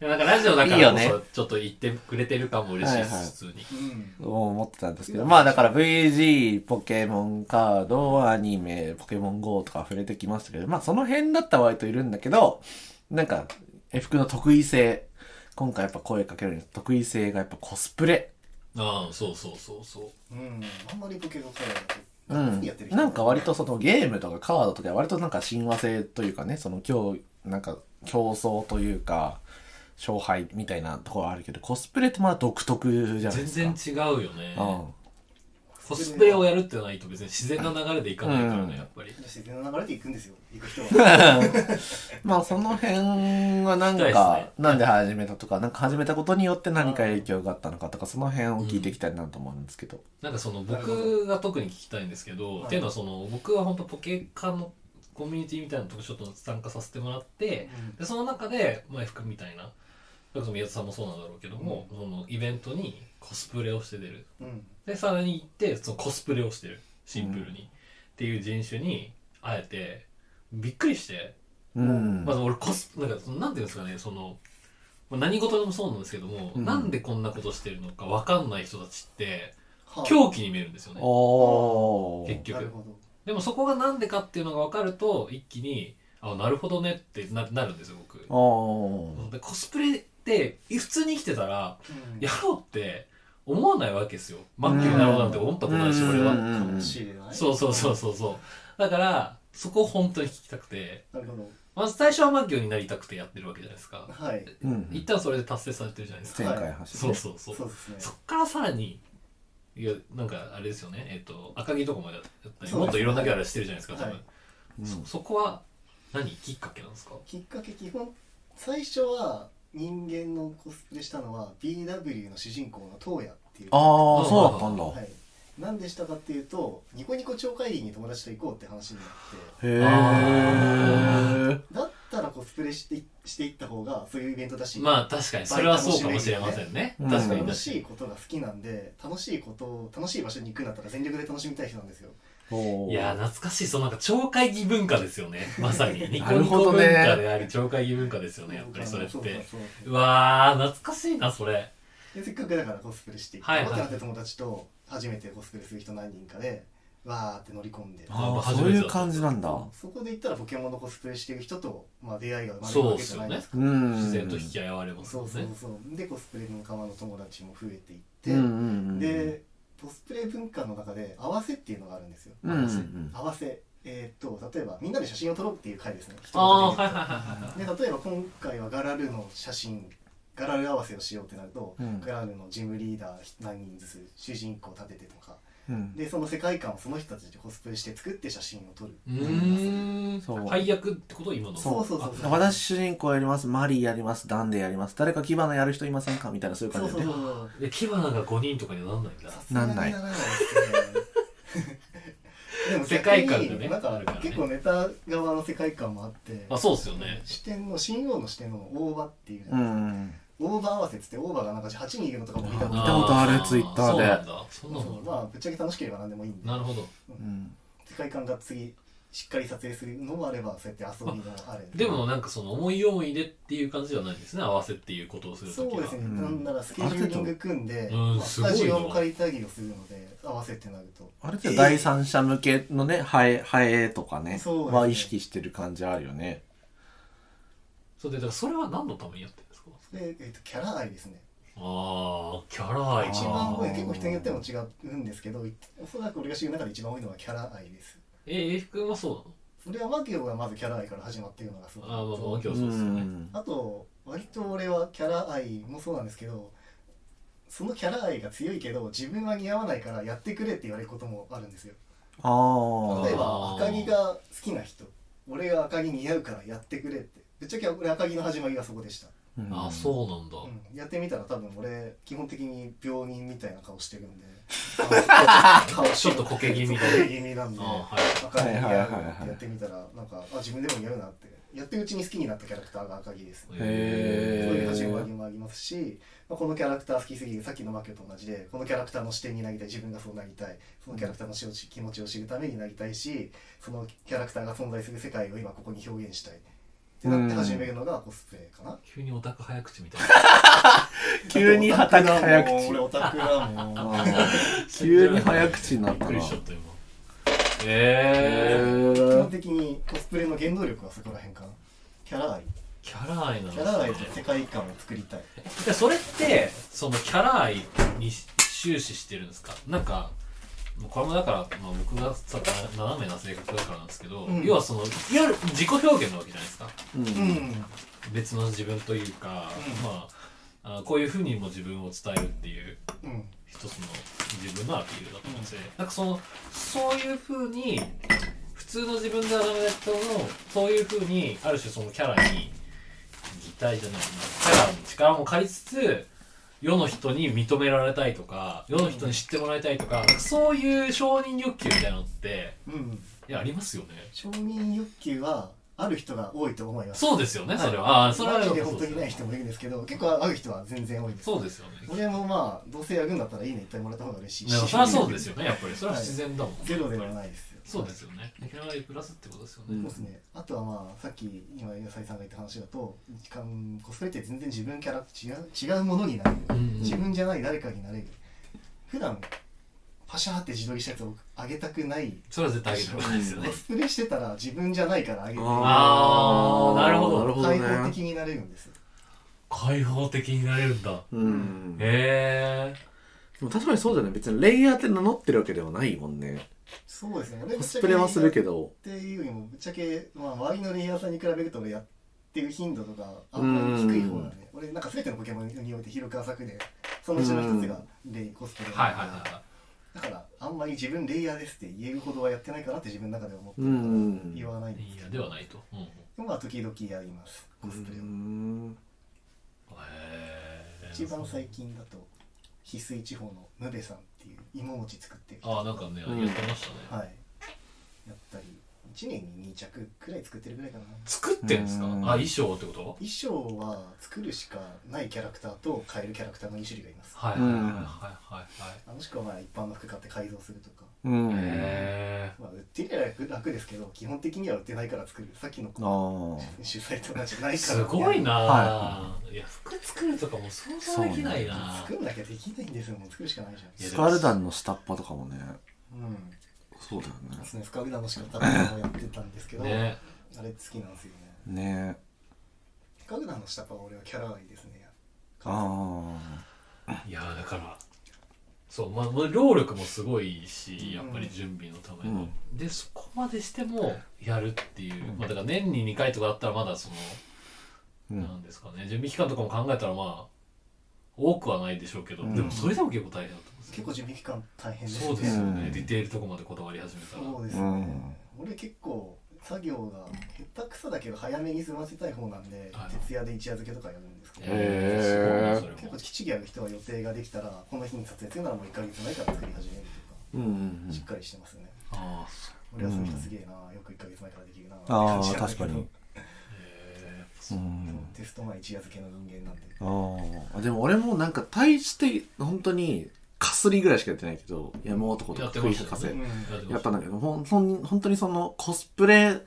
S3: でもなんかラジオだか
S1: いいよ
S3: らこ
S1: ね
S3: そちょっと言ってくれてる感も嬉しいです、
S1: はいはい
S3: 普通に
S2: うん
S1: 思ってたんですけど、まあだから VG、ポケモンカード、アニメ、ポケモン GO とか触れてきましたけど、まあその辺だった割といるんだけど、なんか、F 君の得意性、今回やっぱ声かけるのに得意性がやっぱコスプレ。
S3: ああそうそうそうそう
S2: うんあんまりポケがカ
S1: う
S2: ード
S1: ん
S2: やってる、人
S1: なんか割とそのゲームとかカードとか割となんか親和性というかねその今日なんか競争というか勝敗みたいなところはあるけどコスプレってまだ独特じゃない
S3: 全
S1: ですか
S3: 然違うよね
S1: うん
S3: コスプレをやるっていうのはいいと別に自然な流れでいかないから
S1: うん
S3: ね、やっぱり。
S2: 自然な流れで行くんですよ行く人は
S1: まあその辺はなん
S3: 聞きた
S1: か、
S3: いですね
S1: なんで始めたとか、なんか始めたことによって何か影響があったのかとか、その辺を聞いていきたいなと思うんですけど。
S3: なんかその
S2: なるほ
S3: 僕が特に聞きたいんですけど、
S2: はい
S3: っていうのはその僕は本当ポケカのコミュニティみたいなとこちょっと参加させてもらって、でその中で前服みたいな、それこそ宮田さんもそうなんだろうけども、そのイベントにコスプレをして出る。
S2: うん
S3: でさらに行ってそのコスプレをしてるシンプルに、っていう人種に会えてびっくりして、
S1: うん。
S3: まず俺コスなんかそのなんていうんですかねそのまあ何事でもそうなんですけども、
S1: うん
S3: なんでこんなことしてるのかわかんない人たちって
S2: はあ
S3: 狂気に見えるんですよね
S1: おー
S3: 結。
S2: なる
S3: 局
S2: ほど
S3: でもそこがなんでかっていうのが分かると一気にあなるほどねってななるんですよ僕
S1: おー。
S3: でコスプレって普通に生きてたら
S2: うん
S3: やろうって思わないわけですよマッキーになろうなんて思ったことないし俺は
S1: うん
S2: かもしれない
S3: そうそうそうそうそう。だから、そこを本当に聞きたくて、
S2: なるほど
S3: まず最初はマッキョになりたくてやってるわけじゃないですか。
S2: はい
S1: うん
S3: 一旦それで達成されてるじゃないですか。
S1: 前回走
S3: そ
S1: っ
S3: う
S1: て。
S3: そうそ。
S2: そううですね
S3: そっからさらに、いや、なんかあれですよね、えっ、と、赤木とかもやったり、
S2: そうですね
S3: もっといろんなキャラしてるじゃないですか、多分。
S2: はい
S1: うん
S3: そそこは何、きっかけなんですか
S2: きっかけ基本最初は人間のコスプレしたのは BW の主人公のトーヤっていう
S1: ああ、そうだったんだ。
S2: はい、なんでしたかっていうとニコニコ超会議に友達と行こうって話になって
S1: へー。
S2: だったらコスプレしてしていった方がそういうイベントだし、
S3: まあ確かに、それはそうかもしれませんね。
S1: うん
S3: 確か
S2: 楽
S3: に確か
S2: しい
S3: に。
S2: ことが好きなんで楽しいことを楽しい場所に行くんだったら全力で楽しみたい人なんですよ
S1: おー
S3: いやー懐かしい、そのなんか、超会議文化ですよね。まさ に。ニコ
S1: なる
S3: ニ
S1: ほ
S3: コ
S1: ど
S3: 文
S1: ね
S3: 化であり、超会議文化ですよね、やっぱりそれっ
S2: そうそう
S3: て。
S2: そう
S3: うわー、懐かしいな、それ。
S2: でせっかくだからコスプレしていって、
S3: はいはい
S2: ってなって友達と初めてコスプレする人何人かでわーって乗り込んで
S1: あーそういう感じなんだ。
S2: そこで行ったらポケモンのコスプレしてる人と、まあ、出会いが生まれる
S3: そ
S2: わ
S3: うで
S2: けじ
S3: す
S2: ゃ
S3: よ
S2: ない
S3: ね
S2: ですか。
S1: うん。
S3: 自然と引き合いはあれます
S2: そ
S3: も
S2: うんそう
S3: ね。
S2: そうでコスプレ仲間の友達も増えていって、
S1: うんうんうん。
S2: でコスプレ文化の中で合わせっていうのがあるんですよ、
S1: うんうん
S2: 合わせえーっと例えばみんなで写真を撮ろうっていう回ですね一
S3: ああ、
S2: 言
S3: は
S2: で
S3: いはいはいはい。
S2: 言うとで例えば今回はガラルの写真ガラル合わせをしようってなると、
S1: うん
S2: ガラルのジムリーダー何人ずつ主人公立ててとか
S1: うん。
S2: でその世界観をその人たちでコスプレして作って写真を撮る、
S3: うーん。
S1: そう
S3: 配役ってこと今の。
S2: そうそうそうそう
S1: 私主人公やります、マリーやります、ダンデやります、誰か牙のやる人いませんかみたいなそういう
S2: そ
S1: 感
S2: う
S1: じ
S2: そう
S1: で
S2: そう
S1: ね。
S2: そう
S3: え、牙なんか5人とかにはなんないんだ。
S2: さすがに
S1: なんない
S2: ら ですねでも
S3: 世界観がね
S2: なん
S3: あ
S2: か
S3: るからね
S2: 結構ネタ側の世界観もあって
S3: あ、そうですよね。
S2: 四天王新王の四天王の大場っていう、
S1: うん。
S2: 大場合わせっつって大場がなんか8人いるのとかも見たこと
S1: 見
S2: あ
S1: たことある
S3: ー
S1: Twitter
S3: そう
S1: で
S3: なんだ。そんな
S2: るそう
S3: の
S2: まあぶっちゃけ楽しければ何でもいいんで
S3: なるほど。
S1: うん。
S2: 世界観が次しっかり撮影するのもあればそうやって遊びのもあれ
S3: でもなんかその思い思いでっていう感じではないんですね。合わせっていうことをするとき
S2: そう
S3: は。
S2: ですね、
S1: ん
S2: なんならスケジューリング組んで、
S3: うん
S2: まあス
S3: すごい
S2: タ
S3: な
S2: ジオも借りたりをするので合わせってなると
S1: あれって第三者向けのね、ハエ、ハエとかね、
S2: そうですね
S1: は意識してる感じあるよね。
S3: そうで、だからそれは何のためにやってるんですか
S2: で、えっと、キャラ愛ですね
S3: ああ、キャラ愛
S2: 一
S3: か。
S2: 番多い結構人によっても違うんですけどおそらく俺が知る中で一番多いのはキャラ愛です
S3: え、英福君はそう
S2: それはマケオがまずキャラ愛から始まっているのがすご
S3: ないのああ、まあ、今日
S1: う
S3: はそうですよね。
S1: ん。
S2: あと割と俺はキャラ愛もそうなんですけどそのキャラ愛が強いけど自分は似合わないからやってくれって言われることもあるんですよ
S1: ああ。
S2: 例えば
S3: あー
S2: 赤木が好きな人俺が赤木似合うからやってくれってぶっちゃけ俺赤木の始まりがそこでした、
S1: うん
S3: あ、そうなんだ。
S2: うん、やってみたら多分俺基本的に病人みたいな顔してる んで
S3: ちょっとコケ気味で
S2: コケ気味なんで
S3: あーはい
S2: 赤木似合う
S1: はいはいはい
S2: っ
S1: は
S2: て
S1: い
S2: やってみたらなんかあ自分でも似合うなってやってるうちに好きになったキャラクターが赤木ですね
S1: へ
S2: そうい
S1: ー
S2: う始まりもありますし、まあ、このキャラクター好きすぎるさっきのマキオと同じでこのキャラクターの視点になりたい自分がそうなりたいそのキャラクターのし気持ちを知るためになりたいしそのキャラクターが存在する世界を今ここに表現したいってなって始めるのがコスプレかな、
S3: 急にオタク早口みたい
S1: 急に旗が早
S2: だって
S1: 口。
S2: オタクだもん俺オタクだもん
S1: あー
S3: な。
S1: 急に早口になっ
S3: びったく
S1: な
S3: りしちゃ。った今。
S1: へ
S3: えー。
S2: 基
S1: ー
S2: 本的にコスプレの原動力はそこら辺かなキャラ愛
S3: キャラ愛なん
S2: キャラ愛
S3: で
S2: と
S3: す
S2: 世
S3: ね。
S2: 界観を作りたい
S3: でそれってそのキャラ愛に終始してるんですか。なんか。もうこれもだから、まあ、僕がさな斜めな性格だからなんですけど、
S2: うん
S3: 要はそのいわゆる自己表現なわけじゃないですか
S1: うん
S2: うん
S3: 別の自分というか、まああこういうふうにも自分を伝えるっていう
S2: うん
S3: 一つの自分のアピールだと思うんですよねなんかそのそういうふうに普通の自分ではダメだけどもそういうふうにある種そのキャラに擬態じゃないなキャラの力も借りつつ世の人に認められたいとか世の人に知ってもらいたいとかなんかそういう承認欲求みたいなのって
S2: うん
S3: いやありますよね
S2: 承認欲求はある人が多いと思います
S3: そうですよねそれは、ああそれは
S2: マジで
S3: そ
S2: 本
S3: う
S2: 当
S3: です
S2: に
S3: よ
S2: ない人もいるんですけど結構ある人は全然多いです
S3: そう ですよね
S2: 俺もまあどうせやるんだったらいいねいっぱいもらった方が嬉しい
S3: いや
S2: し
S3: それはそうですよねやっぱりそれは自然だもん、
S2: ゼロではないですよ
S3: そうですよねキャラでプラスってことですよ
S1: う
S3: ね、
S1: ん
S2: そうですね、あとはまあさっき今野菜さんが言った話だと時間コスプレって全然自分キャラ違う違うものになれる、
S3: うんうん
S2: 自分じゃない誰かになれる普段パシャーって自撮りしたやつをあげたくない
S3: それは絶対あげた方がいいですよね
S2: コ。スプレしてたら自分じゃないからあげる
S3: あーなるほど
S1: なるほど
S2: 開放
S1: ね
S2: 的。になれるんですよ
S3: 開放的になれるんだ。
S1: うん。で
S3: へえ。
S1: も確かにそうだよね。別にレイヤーって名乗ってるわけではないもんね。
S2: そうですね
S1: コスプレはするけど。
S2: っていうよりもぶっちゃけ、まあ、周りのレイヤーさんに比べると俺やってる頻度とかあんまり低い方なんで俺なんか全てのポケモンにおいて広く浅くでそのうちの一つがレイコスプレ
S3: はいはいはいはい。
S2: だからあんまり自分レイヤーですって言えるほどはやってないかなって自分の中では思って
S1: う
S2: るから
S1: ん。
S2: 言わないんです
S3: い
S2: け
S3: や
S2: ど
S3: ではないと。うん、へ
S2: でもまあ時々やりますコスプレを
S1: うん
S3: え。
S2: 一番最近だと翡翠地方のヌベさんっていう芋餅作ってる人
S3: ああなんかね、
S1: うん
S3: やってましたね。
S2: はいやったり1年に2着くらい作ってるぐらいかな
S3: 作ってんですか。あ
S1: うん
S3: 衣装ってこと？
S2: 衣装は作るしかないキャラクターと変えるキャラクターの2種類がいます
S3: はいはいはいはいはいはい。
S2: あもしくはまあ一般の服買って改造するとか、
S1: うん。
S3: へ
S2: まあ、売ってみれば楽楽ですけど基本的には売ってないから作るさっきの
S1: ああ。
S2: 主催と同じないから
S3: え。すごいなあ、、
S1: はい
S3: や服作るとかも想像できないな。
S2: 作んなきゃできないんですよもう作るしかないじゃん
S3: いや
S1: スカルダンの下っ端とかもね。
S2: うん
S1: そうだよ
S2: そう
S1: ね
S2: ですね深浦の仕方とかもやってたんですけど、
S3: ね。
S2: あれ好きなんですよね。
S1: ね
S2: 深浦の下っ端は俺はキャラがいいですね
S1: あ
S3: いやだから。そうまあ、まあ労力もすごいしやっぱり準備のための、でそこまでしてもやるっていう、まあ、だから年に2回とかだったらまだその
S1: あ。う
S3: なん
S1: ん。
S3: ですかね準備期間とかも考えたらまあ多くはないでしょうけど、
S1: うん
S3: でもそれでも結構大変だと思うんです
S2: 結構準備期間大変ですね
S3: そうですよね、
S1: うん
S3: ディテールとこまでこだわり始めたら
S2: そうです
S1: う
S2: ね、
S1: ん。
S2: 俺結構作業が下手くそだけど早めに済ませたい方なんで
S3: はい
S2: 徹夜で一夜漬けとかやるんですけど、
S3: え
S1: へー
S3: すごいね
S2: 結構きっちりやる人は予定ができたらこの日に撮影するならもう1ヶ月前から作り始めると
S1: うんうんう
S2: かしっ
S1: ん。
S2: かりしてますね、
S3: それもああそう
S2: 俺はそういう人すげえなよく1ヶ月前からできるな
S1: あ
S2: って
S1: あ、
S2: 感じ
S1: 確か
S2: なんだけど
S1: に。
S3: へー
S1: う。
S3: そうん
S2: テスト前一夜漬けの人間なんで
S1: ああ。でも俺もなんか、大して、本当に、かすりぐらいしかやってないけど、山男とか食い吐かせ。
S3: うんやって
S1: や
S3: ま
S1: っ
S3: したた
S1: んだけど、ほん、ほん、本当にその、コスプレ、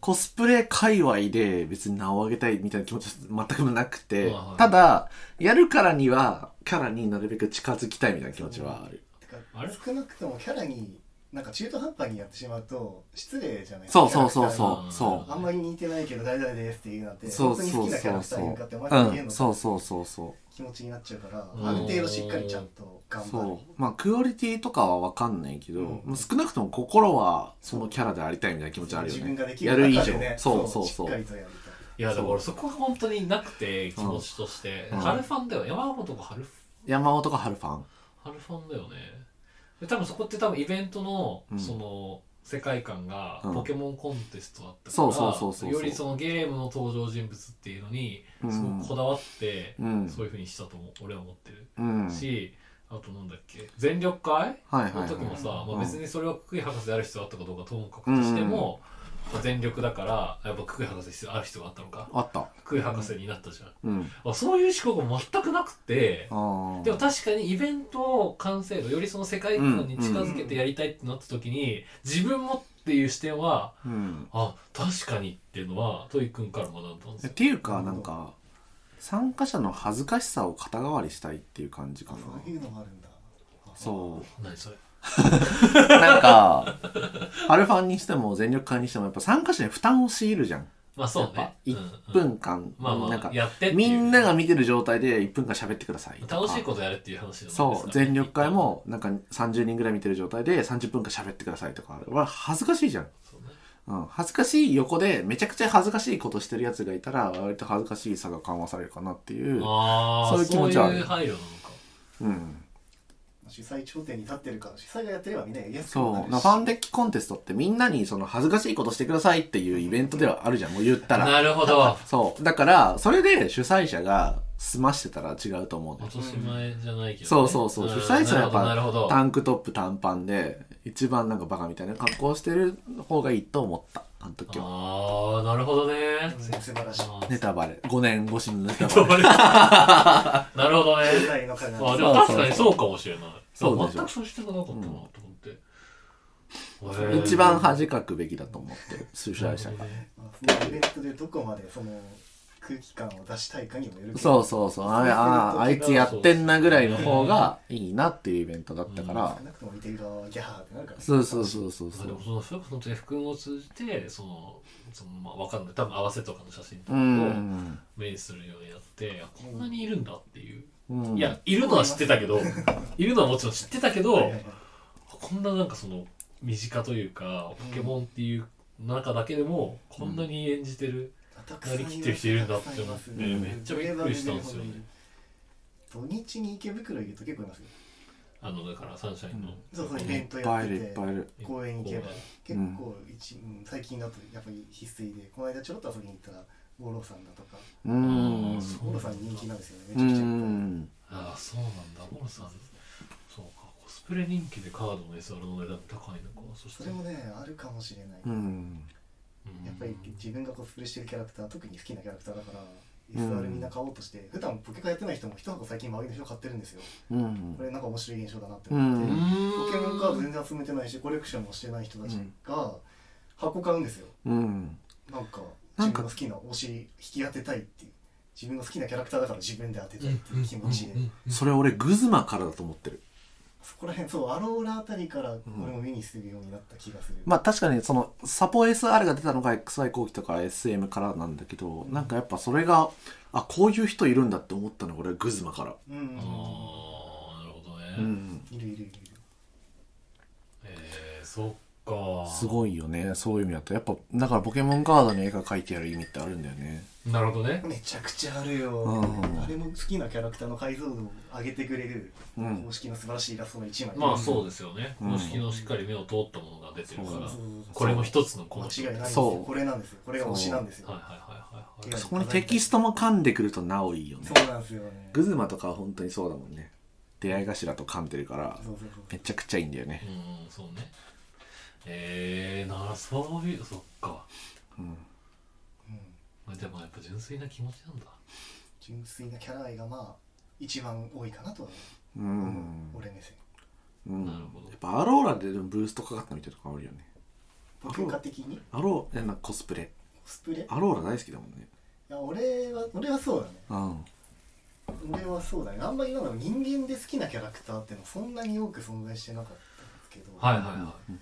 S1: コスプレ界隈で別に名を上げたいみたいな気持ちは全くなくて
S3: はいは、い
S1: ただ、やるからには、キャラになるべく近づきたいみたいな気持ちはある。
S2: てか
S3: あれ
S2: 少なくともキャラになんか中途半端にやってしまうと失礼じゃないです
S1: そうそうそう
S2: キャラク
S1: そう、
S3: ん
S1: そ
S2: ターにあんまり似てないけど誰々ですっていうのって
S1: う。そう
S2: 本当に好
S1: そう
S2: きなキャ
S1: そ
S2: ラ
S1: うそ。
S2: クターいうるかってお前
S1: う
S2: 言えん
S1: ん、
S2: の
S1: そう
S2: か
S1: そうそうそう。
S2: 気持ちになっちゃうから
S3: うん
S2: ある程度しっかりちゃんと頑張る
S1: そう。まあ、クオリティとかはわかんないけど、
S2: うん
S1: まあ少なくとも心はそのキャラでありたいみたいな気持ちはあるよね。
S2: 自分ができ
S1: や
S2: る
S1: る以上
S2: 中でね。
S1: そうそう
S2: しっ
S1: そ
S2: かり
S1: う。
S2: とやり
S3: いやだから俺そこが本当になくて気持ちとして、
S1: うん
S3: ハルファンだよ山本がハルフ
S1: 山本か春ファン。
S3: ハルファンだよねで多分そこって多分イベントの、
S1: うん
S3: その世界観が
S1: うん
S3: ポケモンコンテストだった
S1: そうそうそうそう
S3: か
S1: そ
S3: ら
S1: う
S3: よりそのゲームの登場人物っていうのに
S1: うん
S3: すごくこだわって、
S1: うん。
S3: そういうふうにしたとも俺は思ってる
S1: うん。
S3: し、あとなんだっけ全力会
S1: はいはい、
S3: の
S1: はい
S3: 時もさ、
S1: うん
S3: まあ、別にそれはクイ博士である必要あったかどうかともかくとしても、まあ全力だからやっぱクイ博士必要ある必要があったのか
S1: あった。
S3: クイ博士になったじゃん、
S1: うん。
S3: あそういう思考が全くなくて
S1: ああ。
S3: でも確かにイベントを完成度よりその世界観に近づけてやりたいってなった時に、自分もっていう視点は
S1: うん。
S3: あ確かにっていうのはトイ君から学んだんです
S1: っ
S3: よ
S1: ていうか、なんか、参加者の恥ずかしさを肩代わりしたいっていう感じか
S2: た
S1: な
S2: り。そういうのもあるんだ
S1: そ
S3: 何それ
S1: う。なんか、 アルファにしても全力感にしても、やっぱ参加者に負担を強いるじゃん。
S3: まあそうね
S1: やっ
S3: う
S1: 1
S3: んうん
S1: 分間、
S3: まあまあ
S1: なんか、
S3: やってっていう
S1: みんなが見てる状態で1分間喋ってくださいとか。
S3: 楽しいことやるっていう話じゃないですか、
S1: そう、全力会も、なんか30人ぐらい見てる状態で30分間喋ってくださいとか、俺恥ずかしいじゃん。
S3: そうね
S1: うん、恥ずかしい横でめちゃくちゃ恥ずかしいことしてるやつがいたら割と恥ずかしいさが緩和されるかなっていう、
S3: あ
S1: そうい
S3: あ
S1: う気
S3: そ
S1: 持
S3: うい
S1: ちはある
S3: う配慮なのか
S1: うん、
S2: 主催頂点に立ってるから主催がやってればみんなやりやすく
S1: そ
S2: も
S1: う
S2: な
S1: なん
S2: るし
S1: かファンデッキコンテストってみんなにその恥ずかしいことしてくださいっていうイベントではあるじゃんもう言ったら
S3: なるほど
S1: そうだからそれで主催者が済ましてたら違うと思うんだよ
S3: 落とし前じゃないけどね、
S1: そうそうそう、
S3: ん
S1: 主催者はやっ
S3: なるほど
S1: ぱ
S3: な
S1: タ
S3: る
S1: ンクトップ短パンで一番なんかバカみたいな格好してる方がいいと思ったあの
S3: ほ
S1: 時は
S3: どああなるほ どね
S2: うん素晴らしい
S3: あ
S1: ネタバレ5年越しのネタ
S3: ー
S1: バレ
S3: なるほどね
S2: 主催の方が
S3: あでも確かにそうかもしれない
S1: そうでしょ
S3: 全くそうしてなかったなと思って、へ ー
S1: 一番恥かくべきだと思ってる主催 者が
S2: まあそのイベントでどこまでその空気感を出したいかにもよるけど
S1: そうそうそうあああいつやってんなぐらいの方がいいなっていうイベントだったか
S2: 少
S1: ら、
S2: なくとも見てる側はギャーってなるからね
S1: そうそうそうそうそ
S3: で
S1: う
S3: もそのそれこそ本当に F 君を通じてそのそのまあわかんない多分合わせとかの写真
S1: う
S3: とかを
S1: ん、
S3: 目にするようになってあこんなにいるんだっていう、
S1: うん、
S3: いやいるのは知ってたけどいるのはもちろん知ってたけど、
S2: はいはいはい
S3: こんななんかその身近というかポケモンっていう中だけでもこんなに演じてる、なりきってる人いるんだって思ってめっちゃびっくりしたんですよね
S2: 土日に池袋行くと結構いますよ
S3: あのだからサンシャインの、
S2: そうそうイベ
S1: い
S2: ン
S1: っ
S2: トや
S1: ぱ
S2: っ
S1: いい
S2: て
S1: るい
S2: て
S1: っぱいいる
S2: 公園行けば
S3: 公園
S2: 結構一、うん最近だとやっぱり必須でこの間ちょろっと遊びに行ったら五郎さんだとか
S1: うん
S3: そう
S2: 五郎さん人気なんですよね
S1: う
S2: めちゃくちゃいっぱい
S1: ん
S3: ああそうなんだモロさんそうかコスプレ人気でカードの SR の値段高いのかそし
S2: そ
S3: て
S2: れもねあるかもしれない、
S1: うん
S3: や
S2: やっぱり自分がコスプレしてるキャラクター特に好きなキャラクターだから SR みんな買おうとして、普段ポケカやってない人も一箱最近周りの人買ってるんですよ
S1: うん
S2: これなんか面白い現象だなって思って、
S1: うん
S2: ポケモンカード全然集めてないしコレクションもしてない人たちが箱買うんですよ
S1: うん
S2: なんか
S1: な
S2: 自
S1: んか
S2: 分の好きな推し引き当てたいっていう自分の好きなキャラクターだから自分で当てたいっていう気持ちで、
S1: それ俺グズマからだと思ってる
S2: そこら辺そうアローラあたりから俺も目にするようになった気がする、
S1: まあ確かにそのサポ SR が出たのが XY 後期とか SM からなんだけど、なんかやっぱそれがあこういう人いるんだって思ったのが俺はグズマから、
S2: うん、
S3: ああなるほどね、
S1: うん、
S2: いるいるいる
S3: えー、そっか
S1: すごいよねそういう意味だとやっぱだからポケモンカードに絵が描いてある意味ってあるんだよね
S3: なるほどね
S2: めちゃくちゃあるよ、
S1: うん
S2: あれも好きなキャラクターの解像度を上げてくれる
S1: うん
S2: 公式の素晴らしいイラストの一枚、
S3: まあ
S2: う
S3: そうですよね、
S1: うん
S3: 公式のしっかり目を通ったものが出てるか
S1: そう
S3: ら、
S2: そうそうそう
S3: これも一つのこの
S2: 間違いないんです
S1: そ
S2: よ
S1: う
S2: これなんですよこれが推しなんですよ
S3: はいはいはいはい
S2: うん
S3: はい
S1: そこにテキストも噛んでくるとなおいいよね
S2: そうなんですよね
S1: グズマとかは本当にそうだもんね出会い頭と噛んでるから
S2: そうそうそう
S1: めちゃくちゃいいんだよね
S3: うんそうねえー、ならそういうそっか
S1: うん
S2: うん
S3: でもやっぱ純粋な気持ちなんだ
S2: 純粋なキャラ愛がまあ一番多いかなとは
S1: う
S2: 思う、
S1: ん、
S2: 俺目線
S1: うん、
S3: なるほど
S1: やっぱアローラででもブーストかかったみたいなとこあるよね
S2: ポケカ的に
S1: アローラコスプレ
S2: コスプレい
S1: アローラ大好きだもんね
S2: や俺は俺はそうだね
S1: うん
S2: 俺はそうだねあんまり今の人間で好きなキャラクターってのはそんなに多く存在してなかったんですけど、
S3: はいはいはい、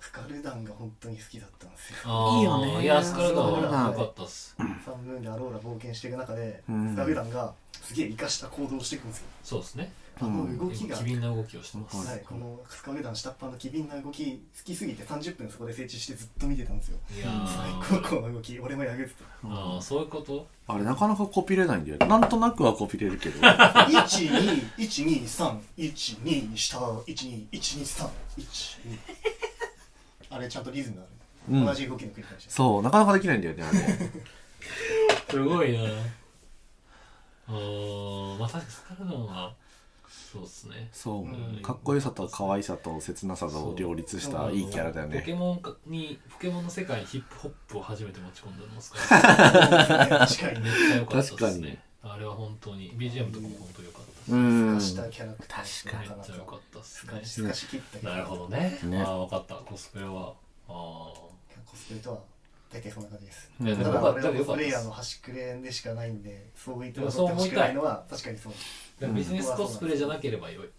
S2: スカルダンが本当に好きだったんですよ
S3: あー
S1: いいよね
S3: いやスカルダ
S2: そう
S3: は
S2: だ
S3: 良
S2: ね
S3: かったっす
S2: サンムーンでアローラ冒険していく中で、
S1: うん
S2: スカルダンがすげえ生かした行動をしていくんですよ
S3: そうですね
S2: あの動きが、
S3: 機敏な動きをしてます、
S2: はい、このスカルダン下っ端の機敏な動き好きすぎて30分そこで静置してずっと見てたんですよ
S3: いや
S2: 最
S3: ー
S2: 高この動き俺もやるっつって
S3: あーそういうこと
S1: あれなかなかコピれないんだよねなんとなくはコピれる けど
S2: 1212312下1212312あれちゃんとリズムがある、
S1: うん
S2: 同じ動きの繰り返し
S1: そうなかなかできないんだよねあれ
S3: すごいなあーまあ確かにスカルダはそうですね
S1: そう、
S3: うん
S1: かっこよさと可愛さと切なさを両立したいいキャラだよ
S3: ポケ
S1: ね
S3: モンにポケモンの世界にヒップホップを初めて持ち込んだのですか ら
S2: 近い
S3: め
S2: ね
S3: っちゃ良かった
S1: 確
S3: で
S1: か
S3: す
S1: に
S3: ねあれは本当に BGM とかも本当良かったし
S1: う
S2: 透
S1: ん
S2: かしたキャラクター
S3: めっ
S2: なか
S3: ちゃ良かったっすね
S2: 透かしきったキャ
S3: な
S2: ラ
S3: る
S2: クタ
S3: ほ
S2: ー
S3: どね
S1: ね
S3: ああ分かったコスプレはあ
S2: コスプレとは大体そんな感じです
S3: あいや
S2: た
S3: で
S2: だ
S3: も
S2: 俺
S3: よかっ
S2: は
S3: たよ
S2: コス
S3: かっ
S2: プ
S3: た
S2: レイ
S3: で
S2: ヤー
S3: す
S2: の端くれでしかないんでそう言ってもらってほしくないのは確かにそう
S3: でもビジネスコスプレじゃなければ良い、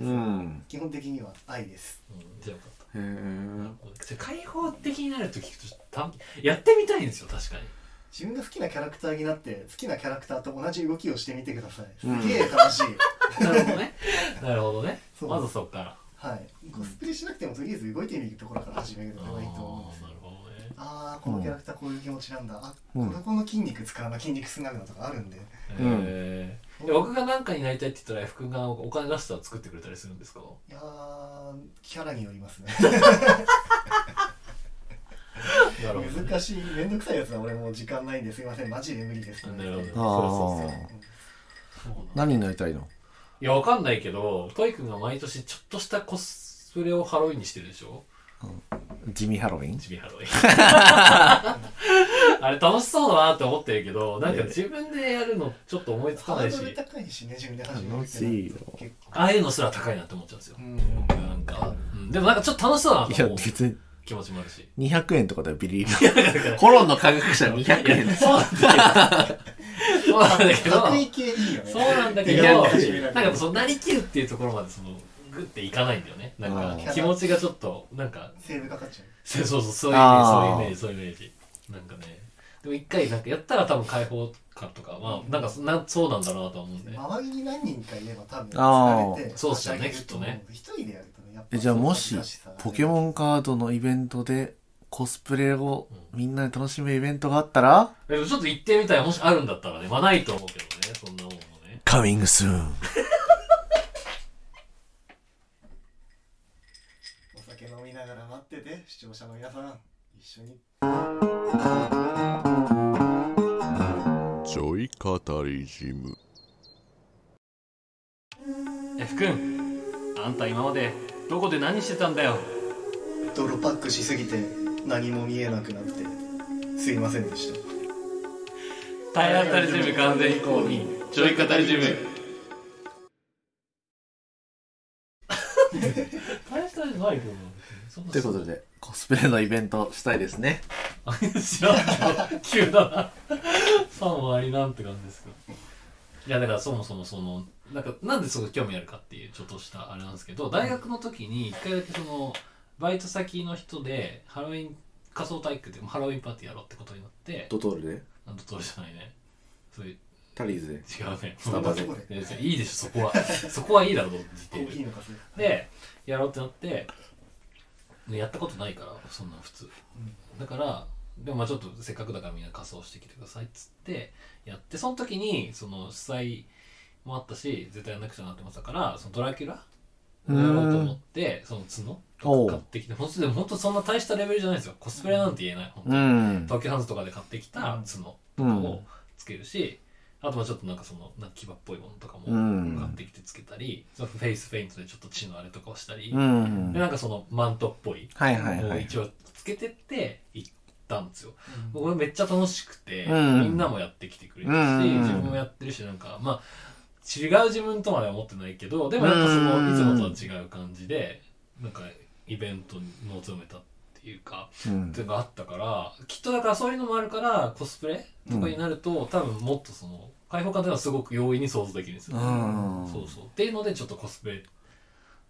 S3: うん、
S1: うん
S2: 基本的には愛です
S3: じゃあよかった
S1: へえ
S3: じゃあ開放的になると聞くとたやってみたいんですよ確かに
S2: 自分が好きなキャラクターになって好きなキャラクターと同じ動きをしてみてくださいす
S1: うん
S2: げえ楽しい、
S3: なるほどね。なるほどね。
S2: そう
S3: まずそっから。
S2: はい、コスプレしなくてもとりあえず動いてみるところから始めるのがいいと思うんです
S3: なるほど
S2: ああこのキャラクターこういう気持ちなんだ、あ
S1: うん
S2: ここの筋肉使うな筋肉すなるなとかあるんで
S1: うん
S3: えーで僕が何かになりたいって言ったら F 君がお金らしさを作ってくれたりするんですか
S2: いやーキャラによりますね
S3: なるほどね
S2: 難しい面倒くさいやつは俺もう時間ないんですいませんマジで無理です
S3: なるほど
S1: あ
S3: そうそうそう
S1: ー
S3: そうなんだ
S1: 何になりたいの
S3: いや、わかんないけど、トイ君が毎年ちょっとしたコスプレをハロウィンにしてるでしょ
S1: 地味ハロウィン
S3: 地味ハロウィン。あれ楽しそうだなって思ってるけど、なんか自分でやるのちょっと思いつ
S2: ハ
S3: かない
S2: ー
S3: し
S2: ド、ル高いしね自分で始める
S1: 楽
S2: って
S1: しいよ
S2: 結構
S3: ああいうのすら高いなって思っちゃうんですよ
S2: う。ん
S3: なんか、うんでもなんかちょっと楽しそうだないと
S1: や
S3: 思う
S1: 別に
S3: 気持ちもあるし。
S1: 200円とかだよビリビリコロンの科学者200円です
S3: そうなんだけど、そうなんだ
S2: 家
S3: けど、
S2: 庭系いいよね
S3: そうなんだけど、
S1: いや
S3: なんかやっぱそのなりきるっていうところまでその、グッていかないんだよね。なん
S1: う
S3: か
S2: ん
S3: 気持ちがちょっと、なんか、
S2: セーブかかっちゃう
S3: そうそうそう、そういうイメ
S1: あ
S3: ージ、そういうイメージ、そういうイメージ。なんかね。でも一回なんかやったら多分解放感とか、まあ、なんかそなそうなんだろうなとは思うんで。
S2: 周りに何人かいれば多分
S1: あー
S2: 疲れて
S3: そうっすよね
S2: 立ち上げると思
S3: きっとね
S2: 一人でやるとねやっ
S1: え
S2: ぱ
S1: じゃあもしポケ
S2: ン
S1: モンカードのイベントでコスプレをみんなで楽しむイベントがあったら
S3: でもちょっと行ってみたい、もしあるんだったらね。まあないと思うけどね、そんなもんもね。
S1: Coming soon
S2: お酒飲みながら待ってて視聴者の皆さん一緒に
S7: ちょい語りジム。
S3: え、ふくん、あんた今までどこで何してたんだよ。
S2: 泥パックしすぎて何も見えなくなってすいませんでした
S3: 体当たりジム完全移行に、ちょい語りジム。体当たりじゃないけどなそんな
S1: ということでコスプレのイベントしたいですね
S3: 知らんけど急だ な3割なんて感じですけどいやだからそもそもそのなんかなんでそこ興味あるかっていうちょっとしたあれなんですけど大学の時に一回だけそのバイト先の人でハロウィン仮想体育でハロウィンパーティーやろうってことになって
S1: ドトールで
S3: なんと通りじゃないねそういう
S1: タリーズで
S3: 違うね
S1: スタバで
S2: そんなとこ
S3: いやいいでしょそこはそこはいいだろう時
S2: コ
S3: 点
S2: ー
S3: で
S2: ヒーのかす
S3: でやろうってなってでやったことないからそんなん普通、だからでもまあちょっとせっかくだからみんな仮装してきてくださいっつってやってその時にその主催もあったし絶対やんなくちゃなって思ってたからそのドラキュラ
S1: う
S3: や
S1: ん
S3: ろうと思ってその角
S1: おう
S3: とか買ってきて本当でも本当そんな大したレベルじゃないですよコスプレなんて言えない、本当
S1: うん
S3: 東京ハンズとかで買ってきた角
S1: うん
S3: をつけるし、あとはちょっとなんかそのなんか牙っぽいものとかも
S1: うん
S3: 買ってきてつけたり、そのフェイスフェイントでちょっと血のあれとかをしたり、
S1: うん
S3: でなんかそのマントっぽい
S1: はいはい
S3: も
S1: は
S3: う
S1: い
S3: 一応つけてって行ったんですよ、これめっちゃ楽しくて、
S1: うん
S3: みんなもやってきてくれたし、
S1: うん
S3: 自分もやってるしなんかまあ違う自分とまでは思ってないけどでもやっぱその
S1: うん
S3: いつもとは違う感じでなんかイベントに臨めたっていうか
S1: うん
S3: っていうのがあったからきっとだからそういうのもあるからコスプレとかになると、多分もっとその開放感というのはすごく容易に想像できるんですよ、
S1: うん
S3: そうそうっていうのでちょっとコスプレ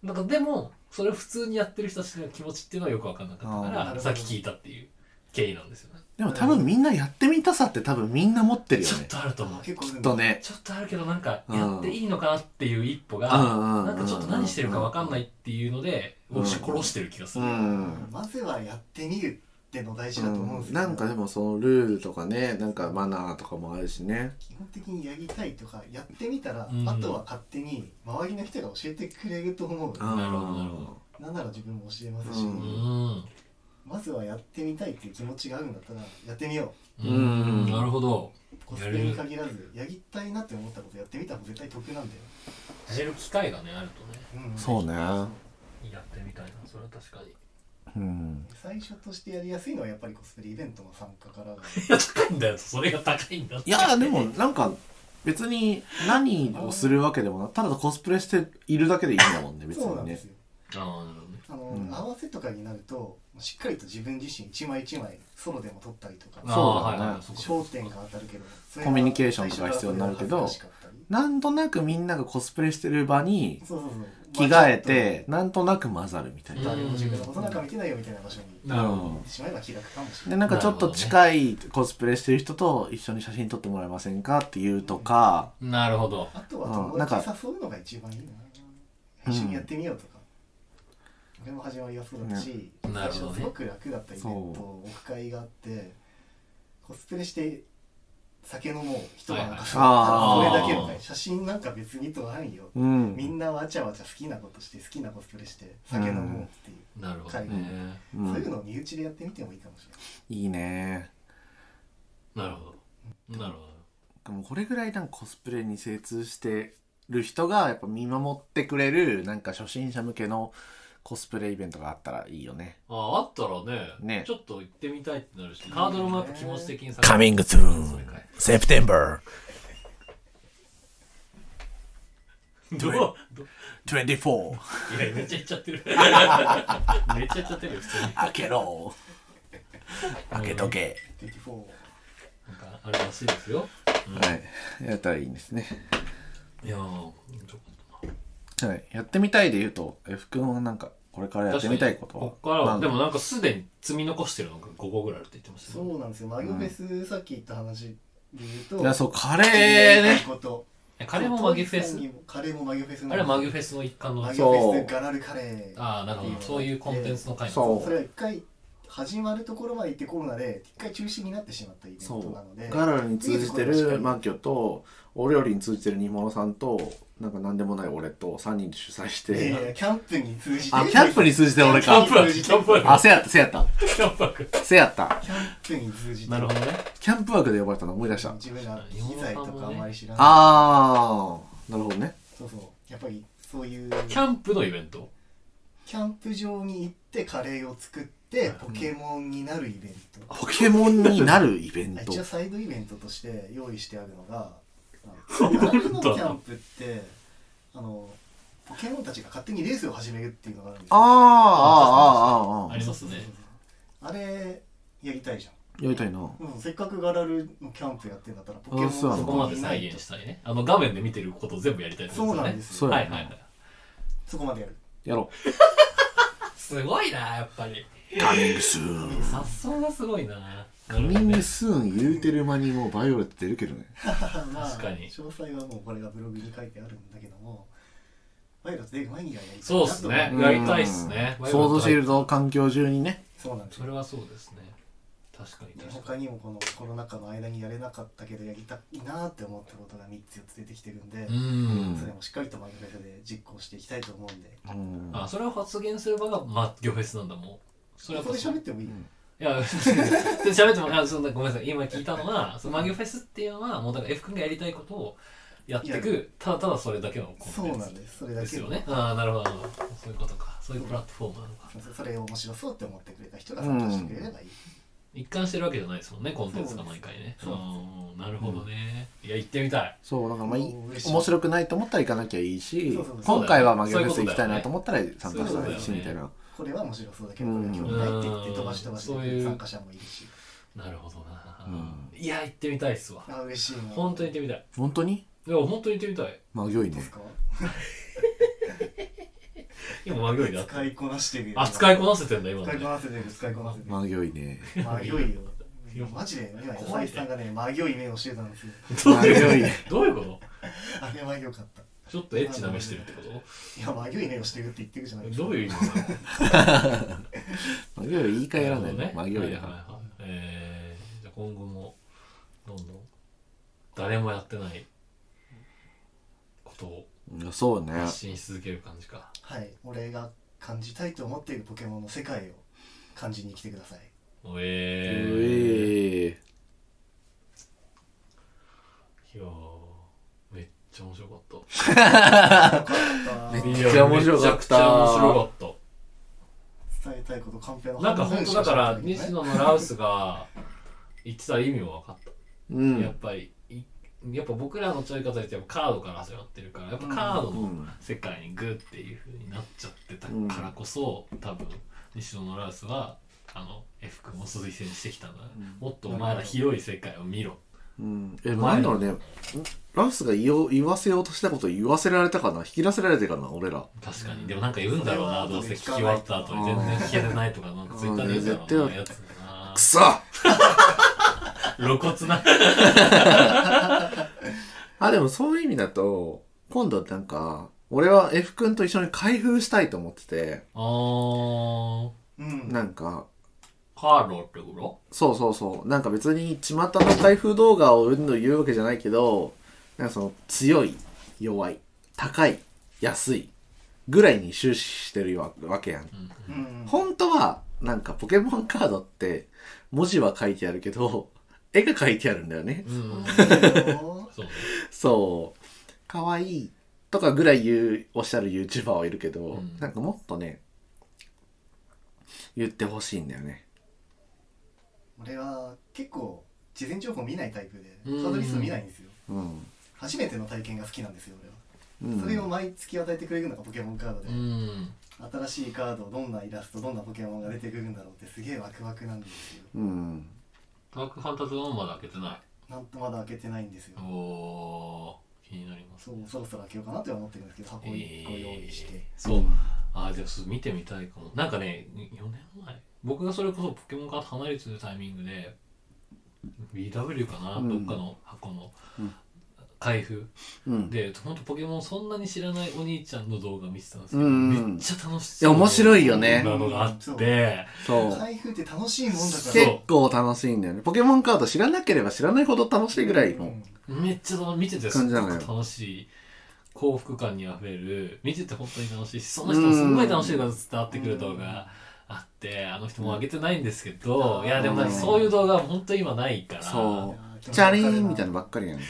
S3: なんかでもそれを普通にやってる人たちの気持ちっていうのはよく分かんなかった
S1: あ
S3: か
S2: ー
S3: らさっき聞いたっていう経緯なんですよね
S1: でも多分みんなやってみたさって多分みんな持ってるよ
S3: ちょっ
S1: ね
S3: とあると思う
S2: あ結構き
S1: きっとね
S3: ちょっとあるけどなんかやっていいのかなっていう一歩が
S1: うんうんうんうん
S3: なんかちょっと何してるか分かんないっていうので
S1: うん
S3: 押し殺してる気がす
S1: う
S3: る、
S1: ん
S2: まずはやってみるっての大事だと思うんで
S1: う
S2: す
S1: ん
S2: けど
S1: なんかでもそのルールとかねなんかマナーとかもあるしね
S2: 基本的にやりたいとかやってみたら、
S3: うん
S2: あとは勝手に周りの人が教えてくれると思
S1: う
S2: う
S1: ん
S3: なるほどなるほど
S2: なんなら自分も教えますし、
S1: うん
S3: うん
S2: まずはやってみたいっていう気持ちがあるんだったらやってみよ
S3: う
S1: うん
S3: んなるほど
S2: うコスプレに限らずやりたいなって思ったことやってみたら絶対得なんだよ、
S3: 知る機会がねあるとね
S2: うん
S1: そうね
S3: やってみたいなそれは確かに
S1: うん
S2: 最初としてやりやすいのはやっぱりコスプレイベントの参加から
S3: いや高いんだよそれが高いんだって
S1: いやでもなんか別に何をするわけでもなただコスプレしているだけでいいんだもんね別
S2: そうな
S1: に
S2: んで
S1: ね
S2: すよ
S3: ああなるほどね
S2: あの、
S1: うん
S2: 合わせとかになるとしっかりと自分自身一枚一枚ソロでも撮ったりとか
S1: あそうだね
S3: ああはいはいそうか
S2: 焦点が当たるけどそれが
S1: コミュニケーションとか必要になるけど
S2: 最初からそれが恥ずかしかったり
S1: なんとなくみんながコスプレしてる場に
S2: そうそうそう
S1: 着替えてなんとなく混ざるみたいな
S2: 誰も自分のことなんか見てないよみたいな場所に
S3: なるほど
S1: うん
S2: 行ってしまえば気楽かもしれ
S1: で
S2: ない
S1: なんかちょっと近いコスプレしてる人と一緒に写真撮ってもらえませんかっていうとか、
S3: なるほど
S2: あとは
S1: うんなん
S2: 友
S1: か
S2: 達誘うのが一番いいな
S1: うん
S2: 一緒にやってみようとか、れも始まりがそうだったし、
S3: うんなるほどね
S2: すごく楽だったイベントオフ会があってコスプレして酒飲もう一晩かそ
S1: はい
S2: れ
S1: はいあー
S2: だけみたいな写真なんか別に撮らんよ、
S1: うん
S2: みんなわちゃわちゃ好きなことして好きなコスプレして酒飲もうっていう、
S3: なるほどね。
S1: うん
S2: そういうのを身内でやってみてもいいかもしれない
S1: いいね
S3: なるほど。なるほど。
S1: でもこれぐらいなんかコスプレに精通してる人がやっぱ見守ってくれるなんか初心者向けのコスプレイベントがあったらいいよね
S3: ああったらね
S1: ね
S3: ちょっと行ってみたいってなるし、ハードルもやっぱ気持ち的に下がる。
S1: Coming soon
S3: それかい
S1: September
S3: どうど
S1: 24
S3: いや、めっちゃ言っちゃってる。 めっちゃ言っちゃってるよ、普通に。
S1: 開けろ開けとけ、
S2: 24を
S3: なんか、あれらしいですよ。
S1: はいやったらいいんですね
S3: いやー、ちょ
S1: はいやってみたいで言うと F 君はなんかこれからやってみたいことは
S3: こっから
S1: な
S3: は、
S1: ん
S3: で
S1: だ
S3: もなんかすでに積み残してるのが5個ぐらいあるって言ってましたね。
S2: そうなんですよマグフェスさっき言った話で言うと、
S1: いやそうカレー
S2: やり
S1: ね
S2: たいこと
S3: えカレーもマギフェス
S2: トイさん。にもカレーもマグフェスなんです
S3: あれ
S2: よ
S3: はマギフェスの一環の
S2: マ。ギ
S1: そ
S2: フ
S1: う
S2: ェスガラルカレー
S3: ああ、なるほど。そういうコンテンツの回
S1: そう
S2: それは一回始まるところまで行ってコロナで一回中止になってしまったイベン
S1: そ
S2: トなので
S1: うガラルに通じてるマキョとお料理に通じてる煮物さんとなんか何でもない俺と3人で主催し
S2: いやいやい
S1: て
S2: やキャンプに通じて
S1: あキャンプに通じて俺
S2: キャ
S1: か
S2: ンプに通じてキャンプ
S1: あせやったせやった
S3: キャンパク。
S1: せやった
S2: に通じて
S3: なるほどね。
S1: キャンプ枠で呼ばれたの思い出したあ
S2: 自分が機材とかあんまり知らない
S1: あーなるほどね
S2: そうそうやっぱりそういう
S3: キャンプのイベント。
S2: キャンプ場に行ってカレーを作ってポケモンになるイベント
S1: ポケモンになるイベント
S2: 一応サイドイベントとして用意してあるのがラルのキャンプってあのポケモンたちが勝手にレースを始めるっていうのがあるんです
S1: あー
S2: よ
S1: あーあーあー
S3: あ
S1: あ
S3: りますね。
S2: あれやりたいじゃん
S1: ーやりたいな
S2: うん、せっかくガラルのキャンプやってんだったらポケモ
S1: あ
S2: ン
S1: そうなの
S3: そこまで再現したいね。あの画面で見てることを全部やりたいってこと
S2: そうなん
S3: ね
S2: で。す
S1: そう
S2: よ
S1: や
S3: は
S1: ない
S3: はいはい。
S2: そこまでやる
S1: やろ
S3: すごいな、やっぱり。
S1: うカミングスーン
S3: 発想がすごいな。
S1: カミングスーン言うてる間にもうバイオレット出るけどね
S2: まあ
S3: 確かに
S2: 詳細はもうこれがブログに書いてあるんだけどもパイロットで前にはやりたいなと
S3: そうっすねやりたいっすね
S1: うんソードシールド環境中にね
S2: そうなんです
S3: そ
S2: よ
S3: れはそうですね。確かに確か
S2: 他にもこのコロナ禍の間にやれなかったけどやりたいなって思ったことが3つ4つ出てきてるんで、
S3: に。うん。
S2: それもしっかりとマグフェスで実行していきたいと思うんで
S1: うん
S3: あ、それを発言する場がマッギョフェスなんだもん。それ
S2: こ
S3: は。
S2: こで喋っててもいい、
S3: いや、 喋っても、あそんなごめんなさい。今聞いたのは、そのマギョフェスっていうのは、もうだから F 君がやりたいことをやってい
S2: い
S3: く、ただただそれだけのコンテンツ。
S2: そうなんですそれだけ
S3: ですよね。ああ、なるほど。なるほどそういうことか。そういうプラットフォームなのか。
S2: それ面白そうって思ってくれた人が参加してくれればいい、
S3: 一貫してるわけじゃないですもんね、コンテンツが毎回ね。うん、なるほどね。いや、行ってみたい。
S1: そうだからまあい
S2: うん嬉しい
S1: 面白くないと思ったら行かなきゃいいし
S2: そうそうそう
S1: 今回は
S3: そ
S1: マ
S3: うだ
S1: ギ
S3: よ
S1: オ
S3: ね
S1: フェス行きたいなと思ったら参加したらいいし
S3: そうい
S1: み
S3: うことだよね
S1: たいな
S2: これは面白そうだけどこれは興味ないって言って飛ばし飛ばし
S3: うん
S2: で参加者もいるし
S3: なるほどな。いや、行ってみたいっすわ。
S2: あ嬉しいな
S3: 本当
S2: ど
S3: に行ってみたい。
S1: 本当に
S3: いや、本当に行ってみたい。
S1: マギオいう
S2: で
S1: ね
S2: すか
S3: 今、マギョイだった。
S2: 使いこなしてるよ
S3: あ、使いこなせてんだ、今の
S2: 使いこ
S3: ね。
S2: なせてる使いこなせてる
S1: マギオいね
S2: まぎょいよマジで今
S3: 怖
S2: 小
S3: い
S2: 林
S3: ね
S2: さんがねまぎょい目をしてたんですよ
S3: どう
S1: マギ
S3: い
S1: ョ
S3: う どういうこ
S2: あれは良かった
S3: とちょっとエッチな目してるってこ
S2: いやまぎょい目をしてるって言ってるじゃない
S3: と
S2: ですか
S3: どういう意味なの
S1: マギオイ言い換えらんない
S3: なる
S1: ね
S3: ほど
S1: マギオ
S3: はい
S1: イ
S3: はい
S1: だ
S3: はいはいえーじゃあ今後も、どんどん、誰もやってないことを
S1: うんそうね
S3: 発信し続ける感じか。
S2: はい俺が感じたいと思っているポケモンの世界を感じに来てください
S1: う
S3: え
S1: え
S3: ー。いやーめっちゃ面白かった。
S1: めっちゃ面白かった
S3: いやめちゃくちゃ面白かっ
S2: 伝えたいことカンペの
S3: た。なんか本当だから、
S2: 半分しか
S3: 西
S2: 喋ってないけどね
S3: 野のラウスが言ってた意味も分かった。
S1: う
S3: やっ
S1: ん
S3: ぱり、いやっぱ僕らのちょい方ってやっぱカードから始まってるから、やっぱカードの世界にグッっていう風になっちゃってたからこそ、多分、西野のラウスは、あの、F 君を推薦してきたんだ、もっとお前ら広い世界を見ろ。
S1: うんえなんだろうねラスが言おう言わせようとしたこと言わせられたかな引き出せられてかな俺ら
S3: 確かに。でもなんか言うんだろうな、どうせ聞き終わった後に全然聞けてないとか、なんかツイッターで言うんだろうな、やつだな
S1: く。そあ
S3: 露骨な。
S1: でもそういう意味だと今度なんか俺は F 君と一緒に開封したいと思ってて、
S3: あー、
S2: うん。
S1: なんか、
S3: カーロってこ
S1: そうそうそう、なんか別に巷の開封動画をうんぬん言うわけじゃないけど、なんかその強い、弱い、高い、安いぐらいに終始してるわわけやん。
S2: うん。
S1: 本当は、なんかポケモンカードって文字は書いてあるけど、絵が書いてあるんだよね
S3: と。うん。そうね。
S1: そう。かわいい。とかぐらい言う、おっしゃる YouTuber はいるけど、
S3: うん
S1: なんかもっとね、言ってほしいんだよね。
S2: 俺は結構事前情報見ないタイプでハ
S3: うん
S2: ードリスト見ないんですよ
S1: うん。
S2: 初めての体験が好きなんですよ俺は、
S1: うん
S2: それを毎月与えてくれるのがポケモンカードで
S3: う、ん。
S2: 新しいカードどんなイラストどんなポケモンが出てくるんだろうってすげえワクワクなんですよ
S1: うん。
S3: ダークファンタズムはまだ開けてな
S2: なんとまだ開けてないんですよ
S3: い。おー、気になります。
S2: そうそろそろ開けようかなって思ってるんですけど箱1個用意して、
S3: えーそう。ああ、でもそう見てみたいかも。なんかね、4年前、僕がそれこそポケモンから離れてるタイミングで、BW かな、
S1: うん
S3: どっかの箱の
S1: うん
S3: 開封。
S1: うん。
S3: で、ほんとポケモンそんなに知らないお兄ちゃんの動画見てたんですけど、
S1: うん
S3: めっちゃ楽し
S1: いや面白いよね
S3: なのがあって、
S1: そう。
S2: 開封って楽しいもんだから
S1: 結構楽しいんだよね。ポケモンカード知らなければ知らないほど楽しいぐらいの。
S3: めっちゃ見ててす
S1: 感じ
S3: ごく
S1: なのよ
S3: 楽しい幸福感にあふれる見てて本当に楽しいしその人もすごい楽しいが伝わってくる動画あってあの人も上げてないんですけど、
S2: うん
S3: いやでもなんかそういう動画は本当に今ないから
S1: そ
S2: うん
S1: う。チャリーンみたいなのばっかりやん。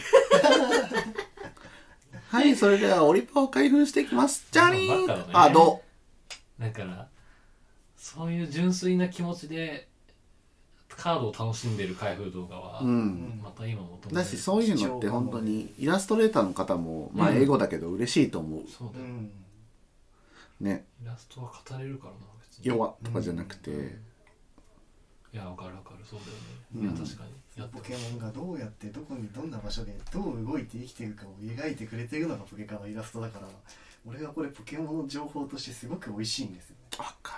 S1: はい、それではオリパを開封していきます。チャリーン、
S3: バカだね
S1: あ、ど
S3: だからそういう純粋な気持ちでカードを楽しんでる開封動画は、
S1: う。うん。
S3: また今求め
S1: だしそういうのって本当にイラストレーターの方も、まあ、
S3: うん
S1: 英語だけど嬉しいと思う、
S3: そう
S2: う
S3: だよ
S2: ん
S1: ね
S3: イラストは語れるからな別に
S1: 弱とかじゃなくて、
S3: いやわかるわかるそうだよね、いや確かにやって
S2: ポ
S3: ほしい
S2: ケモンがどうやってどこにどんな場所でどう動いて生きているかを描いてくれているのがポケカのイラストだから俺はこれポケモンの情報としてすごく美味しいんですよね
S1: わか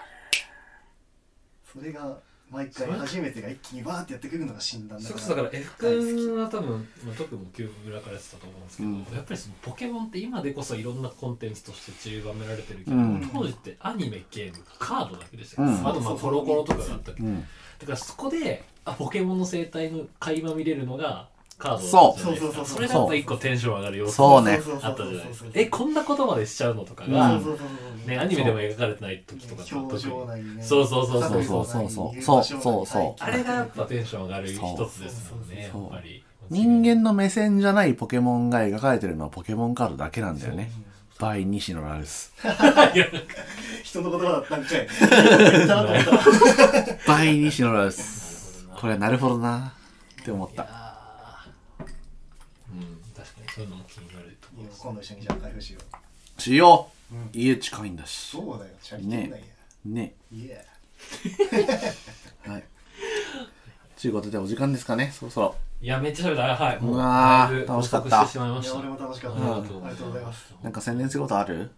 S2: それが毎回初めてが一気にバーってやってくるのが診断だ
S3: それ
S2: か
S3: こ
S2: ら
S3: そだから F 君は多分、まあ、特にもキューブ裏からやってたと思うんですけど、
S1: うん
S3: やっぱりそのポケモンって今でこそいろんなコンテンツとして散りばめられてるけど、
S1: うん
S3: 当時ってアニメゲームカードだけでしたよ、
S1: うん
S3: あとまあコロコロとかがあったけ
S1: る、
S3: ど、だからそこであポケモンの生態の垣間見れるのがカー
S1: そう
S3: ドじゃないですか
S2: そうそうそうそう
S3: それがやっぱ一個テンション上がる要素
S1: そう
S3: が
S1: ね
S3: あったじゃないですかえ
S2: え
S3: こんなことまでしちゃうのとか
S2: そう
S3: が、
S2: そうそうそう
S3: ね、アニメでも描かれてない時とか
S2: そう表情内にね
S3: そうそうそうそう
S1: そうそうそう
S2: 表
S1: そう
S2: 情
S1: そうそ
S2: 内
S1: うそう
S3: あれがやっぱテンション上がる一つですもんねや
S1: そう
S3: っぱり
S1: 人間の目線じゃないポケモンが描かれてるのはポケモンカードだけなんだよね by 西野ラルス
S2: 人の言葉だったんかい言ったなと思 った
S1: by 西野ラルスこれはなるほどなって思っ
S3: い
S1: た
S3: やーうん確かにそういうのも気になるとこ
S2: いい
S3: ろ
S2: よ
S3: です
S2: 今度一緒にじゃあ開封しよう
S1: しよう、
S2: うん
S1: 家近いんだし
S2: そうだよチャリティーなんや
S1: ね
S2: いや
S1: はいということでお時間ですかねそろそろ
S3: いやめっちゃ喋ったはいも
S1: うわー
S3: だいぶ
S1: 楽しかった
S3: 拘束してしまいま
S2: い
S3: し
S2: や
S3: た
S2: 俺も楽しかった
S3: あ
S2: あ
S3: り
S2: りが
S3: が
S2: と
S3: と
S2: うござ
S3: うござ
S2: い
S3: い
S2: ま
S3: ますす
S1: なんか宣伝することある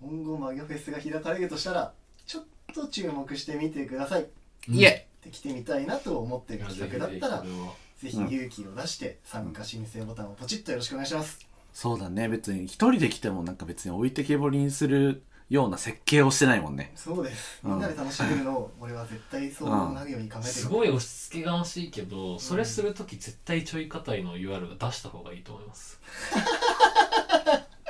S2: 今後マギアフェスが開かれるとしたらちょっと注目してみてください
S1: いえ
S2: で来てみたいなと思ってる企画だったら
S3: いやぜひぜひこれを
S2: ぜひ勇気を出して参加申請ボタンをポチッとよろしくお願いします
S1: そうだね別に一人で来てもなんか別に置いてけぼりにするような設計をしてないもんね
S2: そうです
S1: うん
S2: みんなで楽しめるのを俺は絶対そうなるように考えてる
S3: すごい押し付けがましいけどそれするとき絶対ちょい硬いの UR が出した方がいいと思います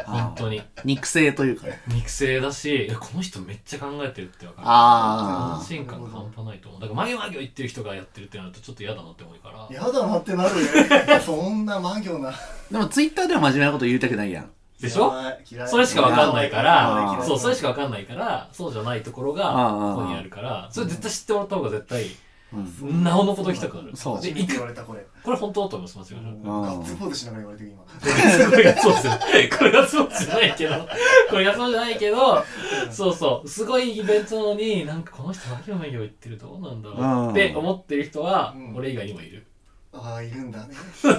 S3: 本当に
S1: 肉声というかね
S3: 肉声だしいやこの人めっちゃ考えてるって分かる
S1: あ
S3: 安心感が半端ないと思うだからマギマギ言ってる人がやってるってなるとちょっと嫌だなって思うから
S2: やだなってなるよそんなマギョな
S1: あでもツイッターでは真面目なこと言いたくないやん
S3: でしょ
S2: 嫌い
S3: それしかわかんないから、
S1: あー
S3: そう、それしかわかんないから、そうじゃないところが、
S1: あーあー
S3: ここにあるから、それ絶対知ってもらった方が絶対、
S1: うん
S3: なおのこと行きたくなる。
S1: そう
S3: で、
S2: 初め
S3: 行
S2: て言わ
S3: く。
S2: れたこれ
S3: これ本当だと思います、間違いなく。
S2: ガッツポーズしながら言われてる今
S3: これがそうですね。これがそうじゃないけど、これがそうじゃないけど、そうそう、すごいイベントなのに、なんかこの人、わけわけ言ってるどうなんだろうって思ってる人は
S2: うん、
S3: 俺以外にもいる。
S2: ああいるんだね
S1: 確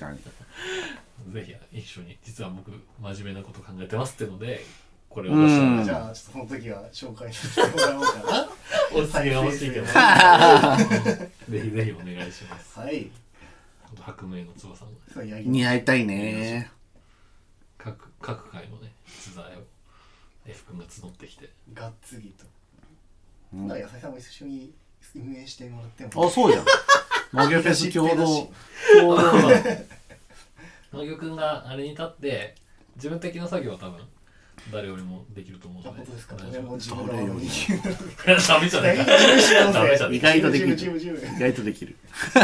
S1: かに
S3: ぜひ、一緒に、実は僕、真面目なこと考えてますってので、これを出した
S1: うん
S3: ら、
S2: じゃあちょっとその時は紹介してもらおうかな
S3: おすすめが欲しいけど、ぜひぜひお願いします。
S2: はい
S3: あと白明の翼も
S2: そうやり
S1: 似合いたいね
S3: 各各界のね実在を F 君が募ってきて
S2: がっつりと。
S1: うん
S2: なら、野菜さんも一緒に運営してもらっても。
S1: あ、そうやん。マゲフェス共同、
S2: 知っ
S1: 共同だ。
S3: 農業君があれに立って自分的な作業は多分誰よりもできると思う
S2: あ、
S3: の
S2: 本
S3: で
S2: 当ですか。
S3: 大
S2: 俺
S3: 丈
S2: も
S3: 夫
S2: 自分の に。
S3: ダメじゃないかダメじゃね え
S1: 意外とでき
S2: ジム
S1: る。
S2: ジムジム
S1: 意外とできる。
S3: しっ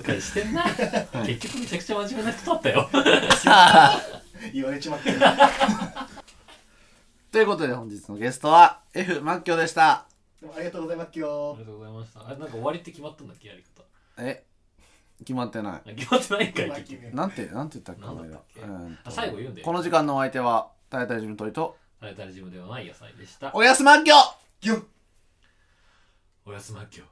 S3: かり してんな結局めちゃくちゃ真面目な人だったよ
S2: 言われちまってる。
S1: ということで本日のゲストは F マッキョでした。
S2: でもありがとうございます
S3: あ
S2: よ
S3: り。がとうございましたあれなんか終わりって決まったんだっけやり方
S1: え、決まってない。
S3: あ決まってないんかい
S2: マッ
S3: 結
S2: キー
S3: 局
S2: ね
S1: なんて、なんて言ったっけ、
S3: なんだ
S1: こ
S3: っ
S1: れ
S3: たっ
S1: が
S3: け。
S1: うんと
S3: あ最後言うんで
S1: この時間のお相手は、タイタイジムトイと、
S3: あれ誰自分ではない野菜でした
S1: おやすマッキョ
S2: ぎゅっ
S3: おやすみまっきょう